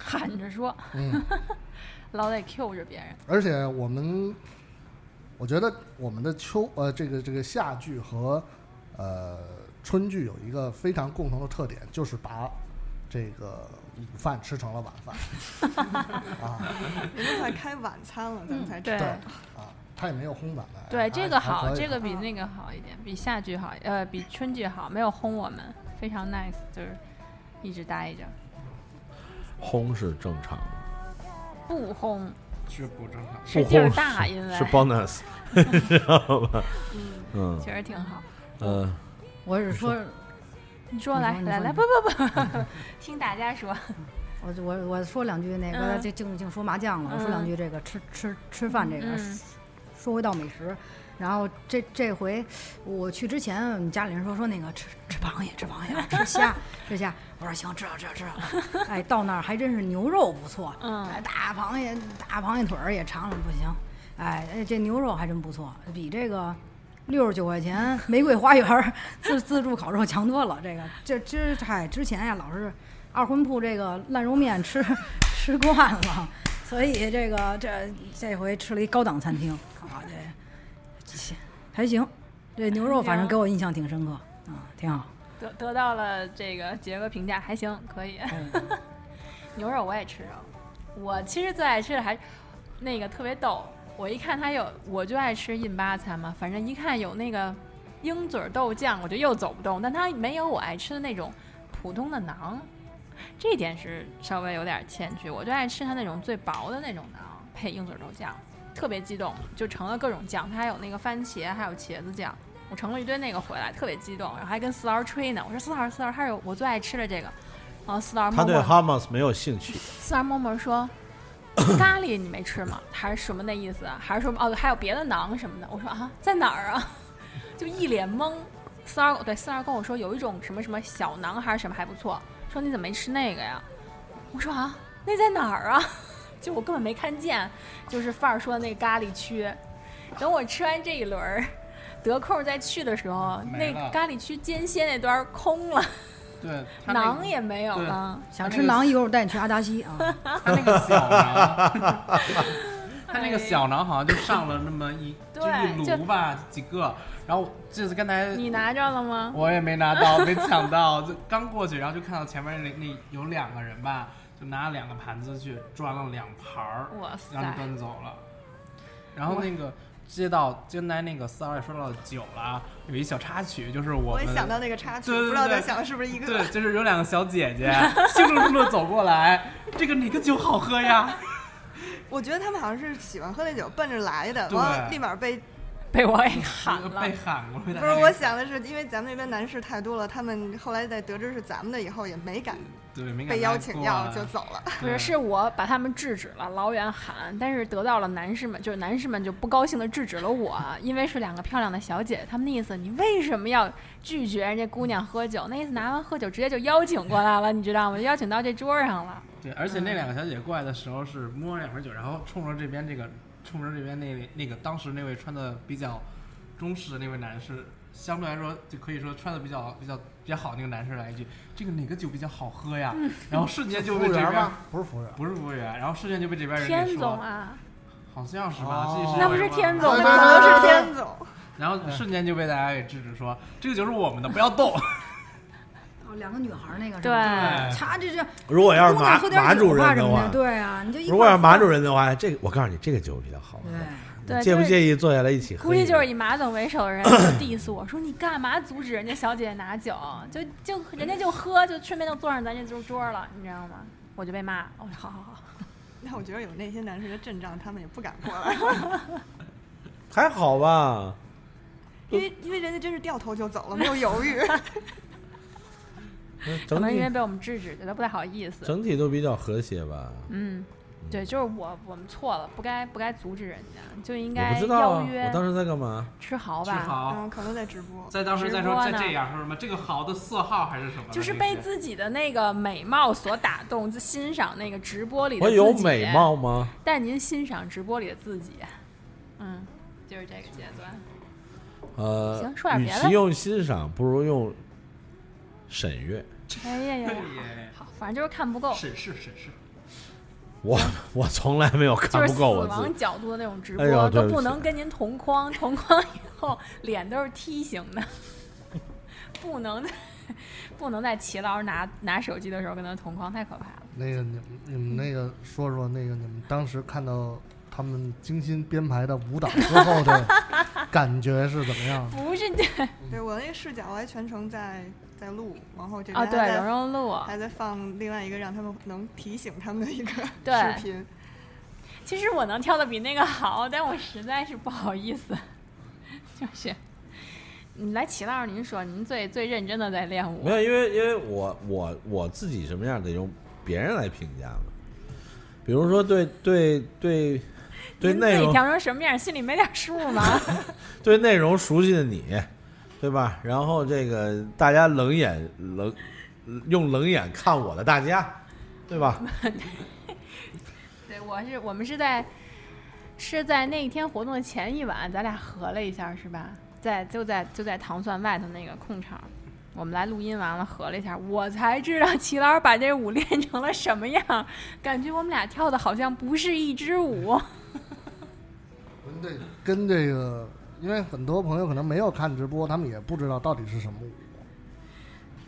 Speaker 2: 喊着说，
Speaker 1: 嗯。
Speaker 2: 老得 Q 着别人。
Speaker 1: 而且我们，我觉得我们的秋呃这个这个夏剧和呃春剧有一个非常共同的特点，就是把这个午饭吃成了晚饭啊，
Speaker 7: 人家快开晚餐了，咱们
Speaker 4: 嗯
Speaker 7: 才知
Speaker 2: 对
Speaker 7: 道。
Speaker 1: 啊，他也没有烘碗来，
Speaker 2: 对，
Speaker 1: 哎还
Speaker 2: 这个
Speaker 1: 还可
Speaker 2: 好，
Speaker 1: 以啊
Speaker 2: 这个比那个好一点，比夏剧好，呃，比春剧好，没有轰我们，非常 nice，就是一直待着，
Speaker 3: 烘是正常的，
Speaker 2: 不轰
Speaker 4: 这不正常。
Speaker 2: 是
Speaker 3: 不
Speaker 2: 劲儿
Speaker 3: 轰
Speaker 2: 大，因为
Speaker 3: 是 bonus，知 道吧？嗯
Speaker 2: 其实挺好。
Speaker 3: 嗯
Speaker 6: 我是说，
Speaker 2: 你说
Speaker 6: 你
Speaker 2: 来
Speaker 6: 说你
Speaker 2: 来
Speaker 6: 说
Speaker 2: 来，
Speaker 6: 你
Speaker 2: 不不不，听大家说，
Speaker 6: 我就我我说两句那个，
Speaker 2: 嗯
Speaker 6: 这净净说麻将了，我说
Speaker 2: 嗯
Speaker 6: 两句这个吃吃吃饭这个，
Speaker 2: 嗯
Speaker 6: 说回到美食。然后这这回我去之前，我们家里人说说那个吃吃螃蟹，吃螃蟹，吃虾，吃虾。我说行，知道知道知 道。哎，到那儿还真是牛肉不错，
Speaker 2: 嗯
Speaker 6: 哎，大螃蟹大螃蟹腿儿也尝了，不行，哎，哎这牛肉还真不错，比这个六十九块钱玫瑰花园儿 自自助烤肉强多了。这个这这嗨，之前呀老是二婚铺这个烂肉面吃吃惯了，所以这个这这回吃了一高档餐厅啊，这这还行，这牛肉反正给我印象挺深刻啊，挺好。
Speaker 2: 得得到了这个杰哥评价，还行，可以。
Speaker 6: 嗯
Speaker 2: 牛肉我也吃肉，我其实最爱吃的还那个特别逗。我一看他有，我就爱吃印巴餐嘛，反正一看有那个鹰嘴豆酱，我就又走不动。但它没有我爱吃的那种普通的馕，这一点是稍微有点欠缺。我就爱吃它那种最薄的那种馕，配鹰嘴豆酱，特别激动，就成了各种酱。它还有那个番茄，还有茄子酱。我盛了一堆那个回来，特别激动，然后还跟四老师吹呢。我说四老师，四老师，他是我最爱吃的这个。然后四老师
Speaker 3: 他
Speaker 2: 默
Speaker 3: 对
Speaker 2: 默
Speaker 3: Hamas 没有兴趣，
Speaker 2: 四儿默默说：“咖喱你没吃吗？还是什么那意思？还是说哦还有别的馕什么的？”我说：“啊，在哪儿啊？” 就一脸懵。四儿对四儿跟我说有一种什么什么小馕还是什么还不错，说你怎么没吃那个呀？我说啊，那在哪儿啊？ 就我根本没看见，就是范儿说的那个咖喱区。等我吃完这一轮儿，得空再去的时候，
Speaker 4: 没
Speaker 2: 那
Speaker 4: 了
Speaker 2: 咖喱区间歇那段儿空了，
Speaker 4: 对，它那
Speaker 2: 馕
Speaker 4: 个
Speaker 2: 也没有
Speaker 4: 对
Speaker 2: 了。
Speaker 6: 想吃馕，一会儿我带你去阿达西啊。
Speaker 4: 它那个小馕， 它那个小馕好像就上了那么一就
Speaker 2: 对
Speaker 4: 一
Speaker 2: 就
Speaker 4: 炉吧，几个。然后这次刚才
Speaker 2: 你拿着了吗？
Speaker 4: 我也没拿到，没抢到， 就刚过去，然后就看到前面那那有两个人吧，就拿了两个盘子去装了两盘儿，
Speaker 2: 哇塞
Speaker 4: 让你端走了。然后那个接到刚才那个四二也说到酒了啊，有一小插曲，就是我
Speaker 7: 我
Speaker 4: 们
Speaker 7: 也想到那个插曲，
Speaker 4: 对对
Speaker 7: 不知道
Speaker 4: 对
Speaker 7: 在想的是不是一个
Speaker 4: 对，。就是有两个小姐姐 兴冲冲的走过来，这个哪个酒好喝 呀？
Speaker 7: 我觉得他们好像是喜欢喝那酒，奔着来的，
Speaker 4: 对
Speaker 7: 完了立马被
Speaker 2: 被我给喊了，
Speaker 4: 被喊过来，
Speaker 7: 不是我想的是，因为咱们那边男士太多了，他们后来在得知是咱们的以后，也没敢
Speaker 4: 对没敢
Speaker 7: 被邀请
Speaker 4: 来
Speaker 7: 要
Speaker 4: 过
Speaker 7: 就
Speaker 4: 啊
Speaker 7: 走了。
Speaker 2: 不是，
Speaker 4: 对
Speaker 2: 是我把他们制止了，老远喊，但是得到了男士们，就是男士们就不高兴的制止了我，啊因为是两个漂亮的小姐，他们的意思，你为什么要拒绝人家姑娘喝酒？那意思拿完喝酒直接就邀请过来了，你知道吗？邀请到这桌上了，
Speaker 4: 对，而
Speaker 2: 嗯
Speaker 4: 且那两个小姐过来的时候是摸了两瓶酒，然后冲着这边这个，冲着这边那位那个当时那位穿的比较中式的那位男士，相对来说就可以说穿的比较比较比较好那个男士来一句：“这个哪个酒比较好喝呀？”
Speaker 2: 嗯
Speaker 4: 然后瞬间就
Speaker 1: 服
Speaker 4: 被
Speaker 1: 务
Speaker 4: 这
Speaker 1: 员
Speaker 4: 边
Speaker 1: 吗？不是服务员，
Speaker 4: 不是服务员，然后瞬间就被这边人给
Speaker 2: 天总
Speaker 4: 说，哎
Speaker 2: 啊，
Speaker 4: 好像是吧？
Speaker 1: 哦
Speaker 4: 这是
Speaker 2: 那不是
Speaker 4: 我也忘
Speaker 2: 天嗯
Speaker 4: 了
Speaker 2: 总
Speaker 7: 可
Speaker 1: 对
Speaker 2: 吗？
Speaker 7: 能是天总，
Speaker 4: 然后瞬间就被大家给制止说：“这个酒是我们的，不要动。
Speaker 6: 哦，两个女孩儿那个是
Speaker 2: 对
Speaker 6: 吧？”
Speaker 4: 对
Speaker 6: 擦，这这
Speaker 3: 如果要是
Speaker 6: 姑
Speaker 3: 马
Speaker 6: 娘喝点
Speaker 3: 马
Speaker 6: 酒
Speaker 3: 主
Speaker 6: 吧
Speaker 3: 任
Speaker 6: 什
Speaker 3: 的
Speaker 6: 么的，
Speaker 3: 话，
Speaker 6: 对啊，你就一
Speaker 3: 如果
Speaker 6: 块儿
Speaker 3: 要是马
Speaker 6: 喝
Speaker 3: 主任的话，哎这个我告诉你，这个酒比较好喝。
Speaker 6: 对，
Speaker 2: 对，
Speaker 3: 你介不
Speaker 2: 就是
Speaker 3: 介意坐下来一起喝一杯？
Speaker 2: 估计就是以马总为首的人就 diss 我说你干嘛阻止人家小姐姐拿酒？就就人家就喝，就顺便就坐上咱这桌桌了，你知道吗？我就被骂，我说好好好，
Speaker 7: 那我觉得有那些男士的阵仗，他们也不敢过来，
Speaker 3: 还好吧？
Speaker 7: 因为因为人家真是掉头就走了，没有犹豫。
Speaker 3: 嗯
Speaker 2: 可
Speaker 3: 整
Speaker 2: 能因为
Speaker 3: 体
Speaker 2: 被我们制止，觉得不太好意思。
Speaker 3: 整体都比较和谐吧。
Speaker 2: 嗯，对，就是我我们错了，不该不该阻止人家，就应
Speaker 3: 我
Speaker 2: 该
Speaker 3: 不知道
Speaker 2: 邀
Speaker 3: 啊，
Speaker 2: 约
Speaker 3: 我当时在干嘛？
Speaker 2: 吃豪”
Speaker 4: 是
Speaker 2: 吧，
Speaker 4: 好，
Speaker 7: 嗯，可能在直播。
Speaker 4: 在当时在
Speaker 2: 直
Speaker 4: 说
Speaker 2: 播
Speaker 4: 在
Speaker 2: 呢
Speaker 4: 这样说什么？这个好的色号还是什么的？
Speaker 2: 就是
Speaker 4: 这
Speaker 2: 被
Speaker 4: 些
Speaker 2: 自己的那个美貌所打动，就欣赏那个直播里的
Speaker 3: 我
Speaker 2: 自己。
Speaker 3: 有美，貌吗？
Speaker 2: 但您欣赏直播里的自己，嗯，就是这个阶段。
Speaker 3: 呃
Speaker 2: 行说，点
Speaker 3: 与
Speaker 2: 别的
Speaker 3: 其用欣赏，不如用审阅。
Speaker 2: 哎呀呀呀！
Speaker 4: 耶
Speaker 2: 好，反正就是看不够，
Speaker 4: 是是是是。
Speaker 3: 我 我从来没有
Speaker 2: 就
Speaker 3: 看
Speaker 2: 是
Speaker 3: 不
Speaker 2: 死
Speaker 3: 够我自
Speaker 2: 亡
Speaker 3: 己。
Speaker 2: 角度的那种直
Speaker 3: 哎呦
Speaker 2: 播，
Speaker 3: 对
Speaker 2: 都
Speaker 3: 不起
Speaker 2: 不能跟您同框，同框以后脸都是梯形的，不能再不能在齐老师拿拿手机的时候跟他同框，太可怕了。
Speaker 1: 那个你们你们那个说说那个你们当时看到他们精心编排的舞蹈之后的感觉是怎么样？
Speaker 2: 不是这
Speaker 7: 对我那个视角，我还全程在在录，然后这边
Speaker 2: 啊，
Speaker 7: 还
Speaker 2: 对，
Speaker 7: 在
Speaker 2: 柔柔录，
Speaker 7: 还在放另外一个让他们能提醒他们的一个
Speaker 2: 对
Speaker 7: 视频。
Speaker 2: 其实我能跳的比那个好，但我实在是不好意思， 就是。你来齐老师，您说您最最认真的在练舞
Speaker 3: 没，有，因为因为我我我自己什么样得用别人来评价嘛。比如说对对对对
Speaker 2: 您
Speaker 3: 内
Speaker 2: 自己
Speaker 3: 容
Speaker 2: 调成什么样，心里没点数吗？
Speaker 3: 对内容熟悉的你，对吧？然后这个大家冷眼冷用冷眼看我的大家，对吧？
Speaker 2: 对，我是我们是在是在那一天活动的前一晚，咱俩合了一下，是吧？在就在就在糖蒜外头那个空场，我们来录音完了合了一下，我才知道齐老师把这舞 练成了什么样，感觉我们俩跳的好像不是一支 舞。
Speaker 1: 跟这跟这个，因为很多朋友可能没有看直播，他们也不知道到底是什么舞。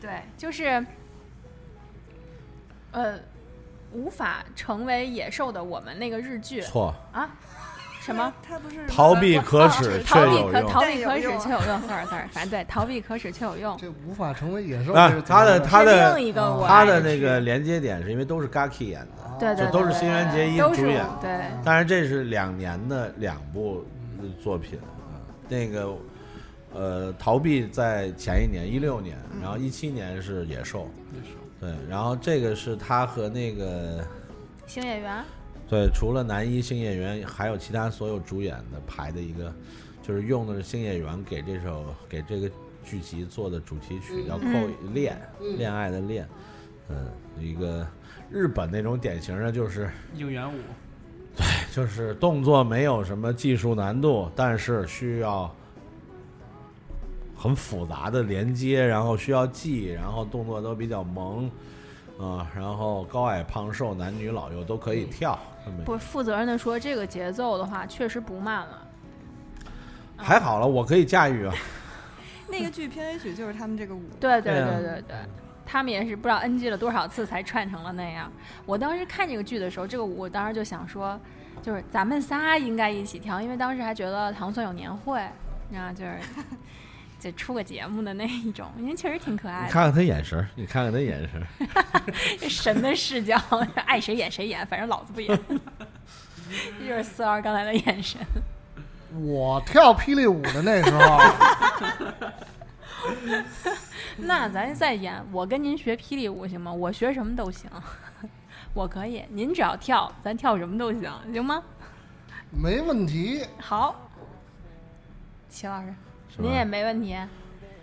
Speaker 2: 对，就是，呃，无法成为野兽的我们那个日剧
Speaker 3: 错，
Speaker 2: 啊，什么？
Speaker 7: 他不是
Speaker 3: 逃避可耻却
Speaker 2: 逃避
Speaker 3: 有
Speaker 2: 可
Speaker 3: 用。
Speaker 2: 逃避可
Speaker 7: 但有
Speaker 2: 耻
Speaker 7: 用
Speaker 2: 却有用，sorry sorry，反正对，逃避可耻却有用。
Speaker 1: 这无法成为野兽。
Speaker 3: 啊
Speaker 1: 这是
Speaker 3: 他的
Speaker 1: 怎么回事
Speaker 3: 他的啊
Speaker 2: 是另一个我
Speaker 3: 他
Speaker 2: 爱的
Speaker 3: 的那
Speaker 2: 剧
Speaker 3: 个连接点是因为都是 Gaki 演的，
Speaker 2: 对对
Speaker 3: 就
Speaker 2: 对
Speaker 3: 都是新垣结衣
Speaker 2: 都是
Speaker 3: 主演。
Speaker 2: 我对
Speaker 3: 当然这是两年的两部呃作品啊，那个呃逃避在前一年一六年，然后一七年是野兽，
Speaker 4: 那时候
Speaker 3: 对，然后这个是他和那个
Speaker 2: 星野源，
Speaker 3: 对，除了男一星野源，还有其他所有主演的排的一个，就是用的是星野源给这首给这个剧集做的主题曲，叫《扣恋》，恋爱的恋，嗯，一个日本那种典型的就是
Speaker 4: 应援舞，
Speaker 3: 就是动作没有什么技术难度，但是需要很复杂的连接，然后需要记，然后动作都比较萌，啊、然后高矮胖瘦男女老幼都可以跳，嗯这么一个
Speaker 2: 嗯不负责任的说，这个节奏的话确实不慢了。
Speaker 3: 还好了，我可以驾驭啊。
Speaker 7: 那个剧片尾曲就是他们这个舞，
Speaker 2: 对对
Speaker 3: 对啊
Speaker 2: 对对对，他们也是不知道 NG 了多少次才串成了那样。我当时看这个剧的时候，这个舞我当时就想说，就是咱们仨应该一起跳，因为当时还觉得糖蒜有年会，然后就是就出个节目的那一种，因为确实挺可爱
Speaker 3: 你
Speaker 2: 的。
Speaker 3: 看看他眼神儿，你看看他眼神儿。
Speaker 2: 神的视角， 爱谁演谁演，反正老子不演。 这就是四儿刚才的眼神，
Speaker 1: 我跳霹雳舞的那时候，
Speaker 2: 那咱再演，我跟您学霹雳舞行吗？我学什么都行， 我可以，您只要跳，咱跳什么都行，行吗？
Speaker 1: 没问题。
Speaker 2: 好，齐老师，
Speaker 3: 是吧
Speaker 2: 您也没问题。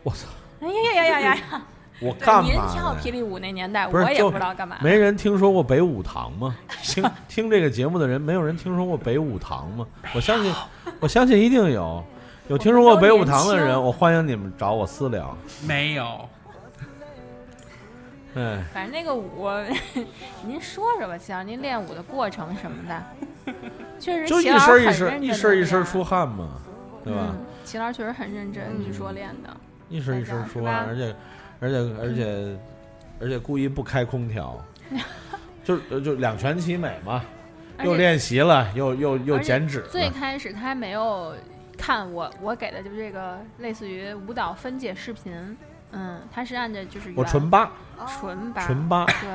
Speaker 3: 我操！
Speaker 2: 哎呀呀呀呀呀！
Speaker 3: 我
Speaker 2: 对，
Speaker 3: 干嘛
Speaker 2: 您
Speaker 3: 呢？
Speaker 2: 跳霹雳舞那年代，
Speaker 3: 不是
Speaker 2: 我也
Speaker 3: 就
Speaker 2: 不知道干嘛。
Speaker 3: 没人听说过北舞堂 吗？听听这个节目的人，没有人听说过北舞堂吗？我相信，我相信一定有。 有听说过北舞堂的
Speaker 2: 我们都年轻
Speaker 3: 人，
Speaker 2: 啊
Speaker 3: 我欢迎你们找我私聊。
Speaker 4: 没有，
Speaker 3: 哎，
Speaker 2: 反正那个舞， 您说说吧，齐老师，您练舞的过程什么的，确实
Speaker 3: 就
Speaker 2: 齐
Speaker 3: 一
Speaker 2: 老师
Speaker 3: 身一
Speaker 2: 很
Speaker 3: 身，
Speaker 2: 认
Speaker 3: 一
Speaker 2: 真
Speaker 3: 身
Speaker 2: 地
Speaker 3: 一身
Speaker 2: 练
Speaker 3: 出汗嘛，对吧？嗯
Speaker 2: 嗯？齐老师确实很认真，据说练的。
Speaker 3: 一身一身出汗，
Speaker 2: 是吧嗯
Speaker 3: 而且，而且，而且，而且故意不开空 调，就是就两全其美嘛。
Speaker 2: 而
Speaker 3: 又
Speaker 2: 且
Speaker 3: 练习了，又又又
Speaker 2: 而且
Speaker 3: 减脂了。
Speaker 2: 最开始他还没有看我，我给的就是这个类似于舞蹈分解视频，嗯，他是按照就是
Speaker 3: 我
Speaker 2: 原
Speaker 3: 纯八，
Speaker 7: 啊
Speaker 2: 纯吧，
Speaker 3: 纯八，
Speaker 2: 对，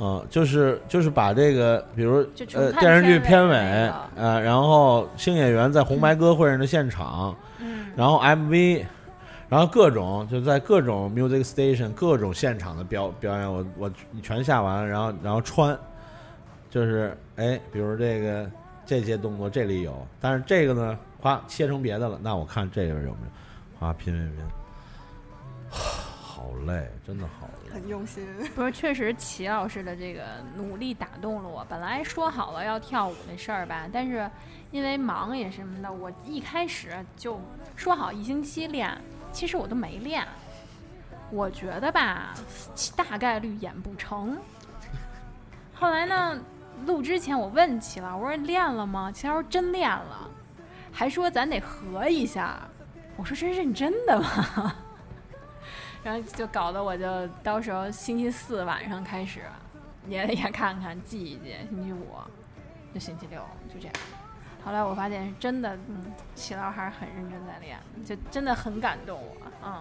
Speaker 3: 嗯，就是就是把这个，比如
Speaker 2: 就纯
Speaker 3: 呃
Speaker 2: 看
Speaker 3: 电视剧
Speaker 2: 片
Speaker 3: 片
Speaker 2: 尾
Speaker 3: 尾
Speaker 2: 那个，
Speaker 3: 呃，然后星演员在红白歌会上的现场，
Speaker 2: 嗯，
Speaker 3: 然后 MV，然后各种就在各种 music station 各种现场的表表演，我我全下完了，然后然后穿，就是哎，比如这个这些动作这里有，但是这个呢，夸切成别的了，那我看这边有没有，啊，拼拼拼， 好累，真的好累。
Speaker 7: 很 用心。
Speaker 2: 不是，确实齐老师的这个努力打动了我。本来说好了要跳舞的事儿吧，但是因为忙也什么的，我一开始就说好一星期练，其实我都没练。我觉得吧，大概率演不成。后来呢，录之前我问齐老，我说练了吗？齐老师说真练了，还说咱得合一下。我说这是认真的吗？ 然后就搞得我就到时候星期四晚上开始，也也看看记一记，星期五，就星期六，就这样。后来我发现是真的，嗯，齐老师还是很认真在练，就真的很感动我，嗯。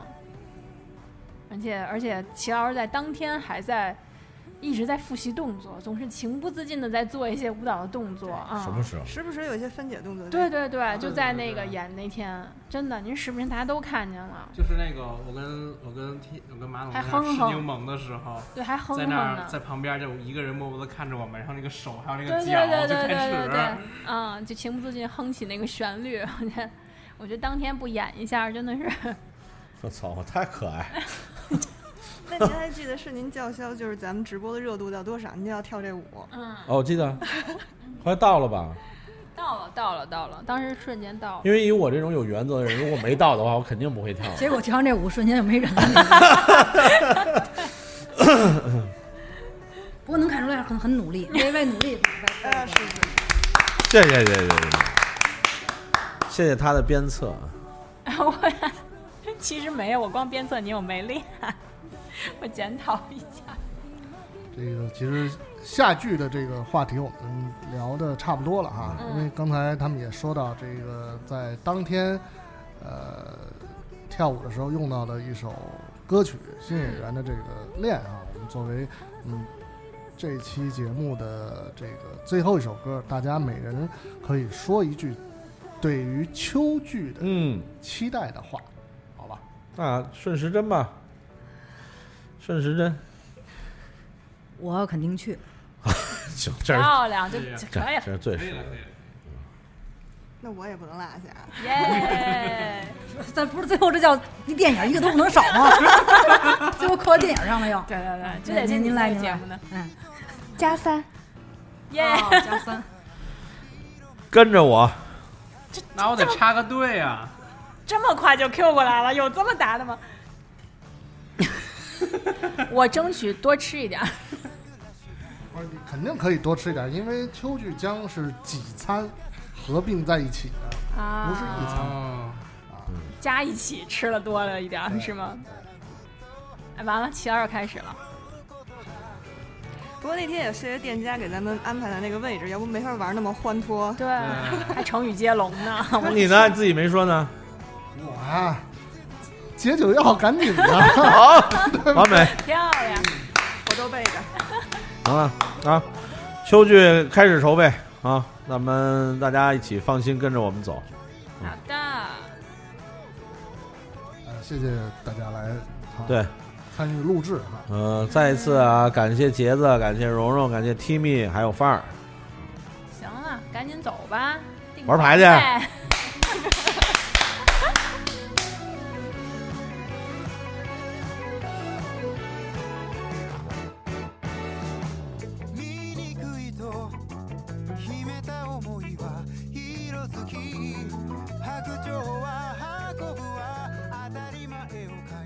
Speaker 2: 而且而且，齐老师在当天还在一直在复习动作，总是情不自禁的在做一些舞蹈的动作啊。
Speaker 3: 什么时候？
Speaker 7: 时不时有一些分解动作。
Speaker 2: 对对对，
Speaker 4: 对
Speaker 2: 就
Speaker 4: 对
Speaker 2: 在
Speaker 4: 对
Speaker 2: 那个
Speaker 4: 对
Speaker 2: 演那天，真的，您视频大家都看见了，
Speaker 4: 就是那个我跟我跟天我跟马总在
Speaker 2: 还
Speaker 4: 那儿
Speaker 2: 哼
Speaker 4: 吃
Speaker 2: 哼
Speaker 4: 柠檬的时候，
Speaker 2: 对，还哼
Speaker 4: 在
Speaker 2: 哼
Speaker 4: 那儿
Speaker 2: 呢。
Speaker 4: 在旁边就一个人默默的看着我们，然后那个手还有那
Speaker 2: 对
Speaker 4: 个
Speaker 2: 对
Speaker 4: 脚
Speaker 2: 对
Speaker 4: 就
Speaker 2: 对对
Speaker 4: 开
Speaker 2: 对对
Speaker 4: 始，，
Speaker 2: 嗯，就情不自禁哼起那个旋律，我觉得，我觉得当天不演一下真的是，
Speaker 3: 我操，我太可爱！
Speaker 7: 那您还记得是您叫嚣，就是咱们直播的热度到多少，您就要跳这舞。
Speaker 2: 嗯，
Speaker 3: 哦，我记得，快到了吧？
Speaker 2: 到了到了到了，当时瞬间到了。
Speaker 3: 因为以我这种有原则的人，如果没到的话，我肯定不会跳。
Speaker 6: 结果跳完这舞瞬间就没人了。 不过能看出来很很努力，为为努力。
Speaker 7: 啊，是是是，
Speaker 3: 谢谢谢谢谢谢，谢谢他的鞭策。啊
Speaker 2: 我 其实没有，我光鞭策你有魅力， 我检讨一下。
Speaker 1: 这个其实下剧的这个话题我们聊的差不多了哈，
Speaker 2: 嗯
Speaker 1: 因为刚才他们也说到这个在当天，呃，跳舞的时候用到的一首歌曲《新演员的这个恋》啊，我们作为嗯这期节目的这个最后一首歌，大家每人可以说一句对于秋剧的
Speaker 3: 嗯，
Speaker 1: 期待的话，好吧？
Speaker 3: 那顺时针吧，顺时针，
Speaker 6: 我肯定去，
Speaker 3: 行，这是
Speaker 2: 漂亮，就
Speaker 4: 对呀
Speaker 2: 就
Speaker 3: 这
Speaker 2: 可以 了，
Speaker 3: 这是最
Speaker 4: 可以
Speaker 3: 实
Speaker 4: 了可以
Speaker 3: 的。
Speaker 4: 了。
Speaker 7: 那我也不能落下啊。
Speaker 2: 耶！
Speaker 6: 咱不是最后这叫一电影一个都不能少吗？ 最后扣到电影上了又。
Speaker 2: 对对对，就
Speaker 6: 来
Speaker 2: 得进
Speaker 6: 您您来
Speaker 2: 来
Speaker 6: 您
Speaker 2: 节
Speaker 6: 来
Speaker 2: 目呢，，
Speaker 6: 嗯，
Speaker 5: 加三，
Speaker 2: 耶！
Speaker 6: 哦加三，
Speaker 3: 跟 着我，
Speaker 4: 那我得插个队啊！
Speaker 2: 这么快就 Q 过来了，有这么答的 吗？我争取多吃一点儿，
Speaker 1: 不是，你肯定可以多吃一点，因为秋剧将是几餐合并在一起的。
Speaker 2: 啊
Speaker 1: 不是一餐
Speaker 4: 哦，
Speaker 2: 加一起吃了多了一点儿是吗？哎，完了，齐老师开始了，
Speaker 7: 不过那天也谢谢店家给咱们安排的那个位置，要不没法玩那么欢脱。
Speaker 2: 对，
Speaker 4: 对
Speaker 2: 还成语接龙 呢，
Speaker 3: 那你呢？自己没 说呢？
Speaker 1: 我呀，啊解酒药赶紧的。呃
Speaker 3: 好，完美，
Speaker 2: 漂亮，
Speaker 7: 我都背着。
Speaker 3: 行了啊！秋剧开始筹备啊，咱们大家一起放心跟着我们走。
Speaker 2: 好的，
Speaker 1: 呃谢谢大家来啊
Speaker 3: 对，
Speaker 1: 参与录制哈，
Speaker 3: 嗯、再一次啊，感谢杰子，感谢蓉蓉，感谢 Timmy，还有范儿。
Speaker 2: 行了，赶紧走吧，订
Speaker 3: 玩牌去
Speaker 2: 房呗
Speaker 8: 醜いと秘めた思いは色づき白鳥は運ぶは当たり前を奏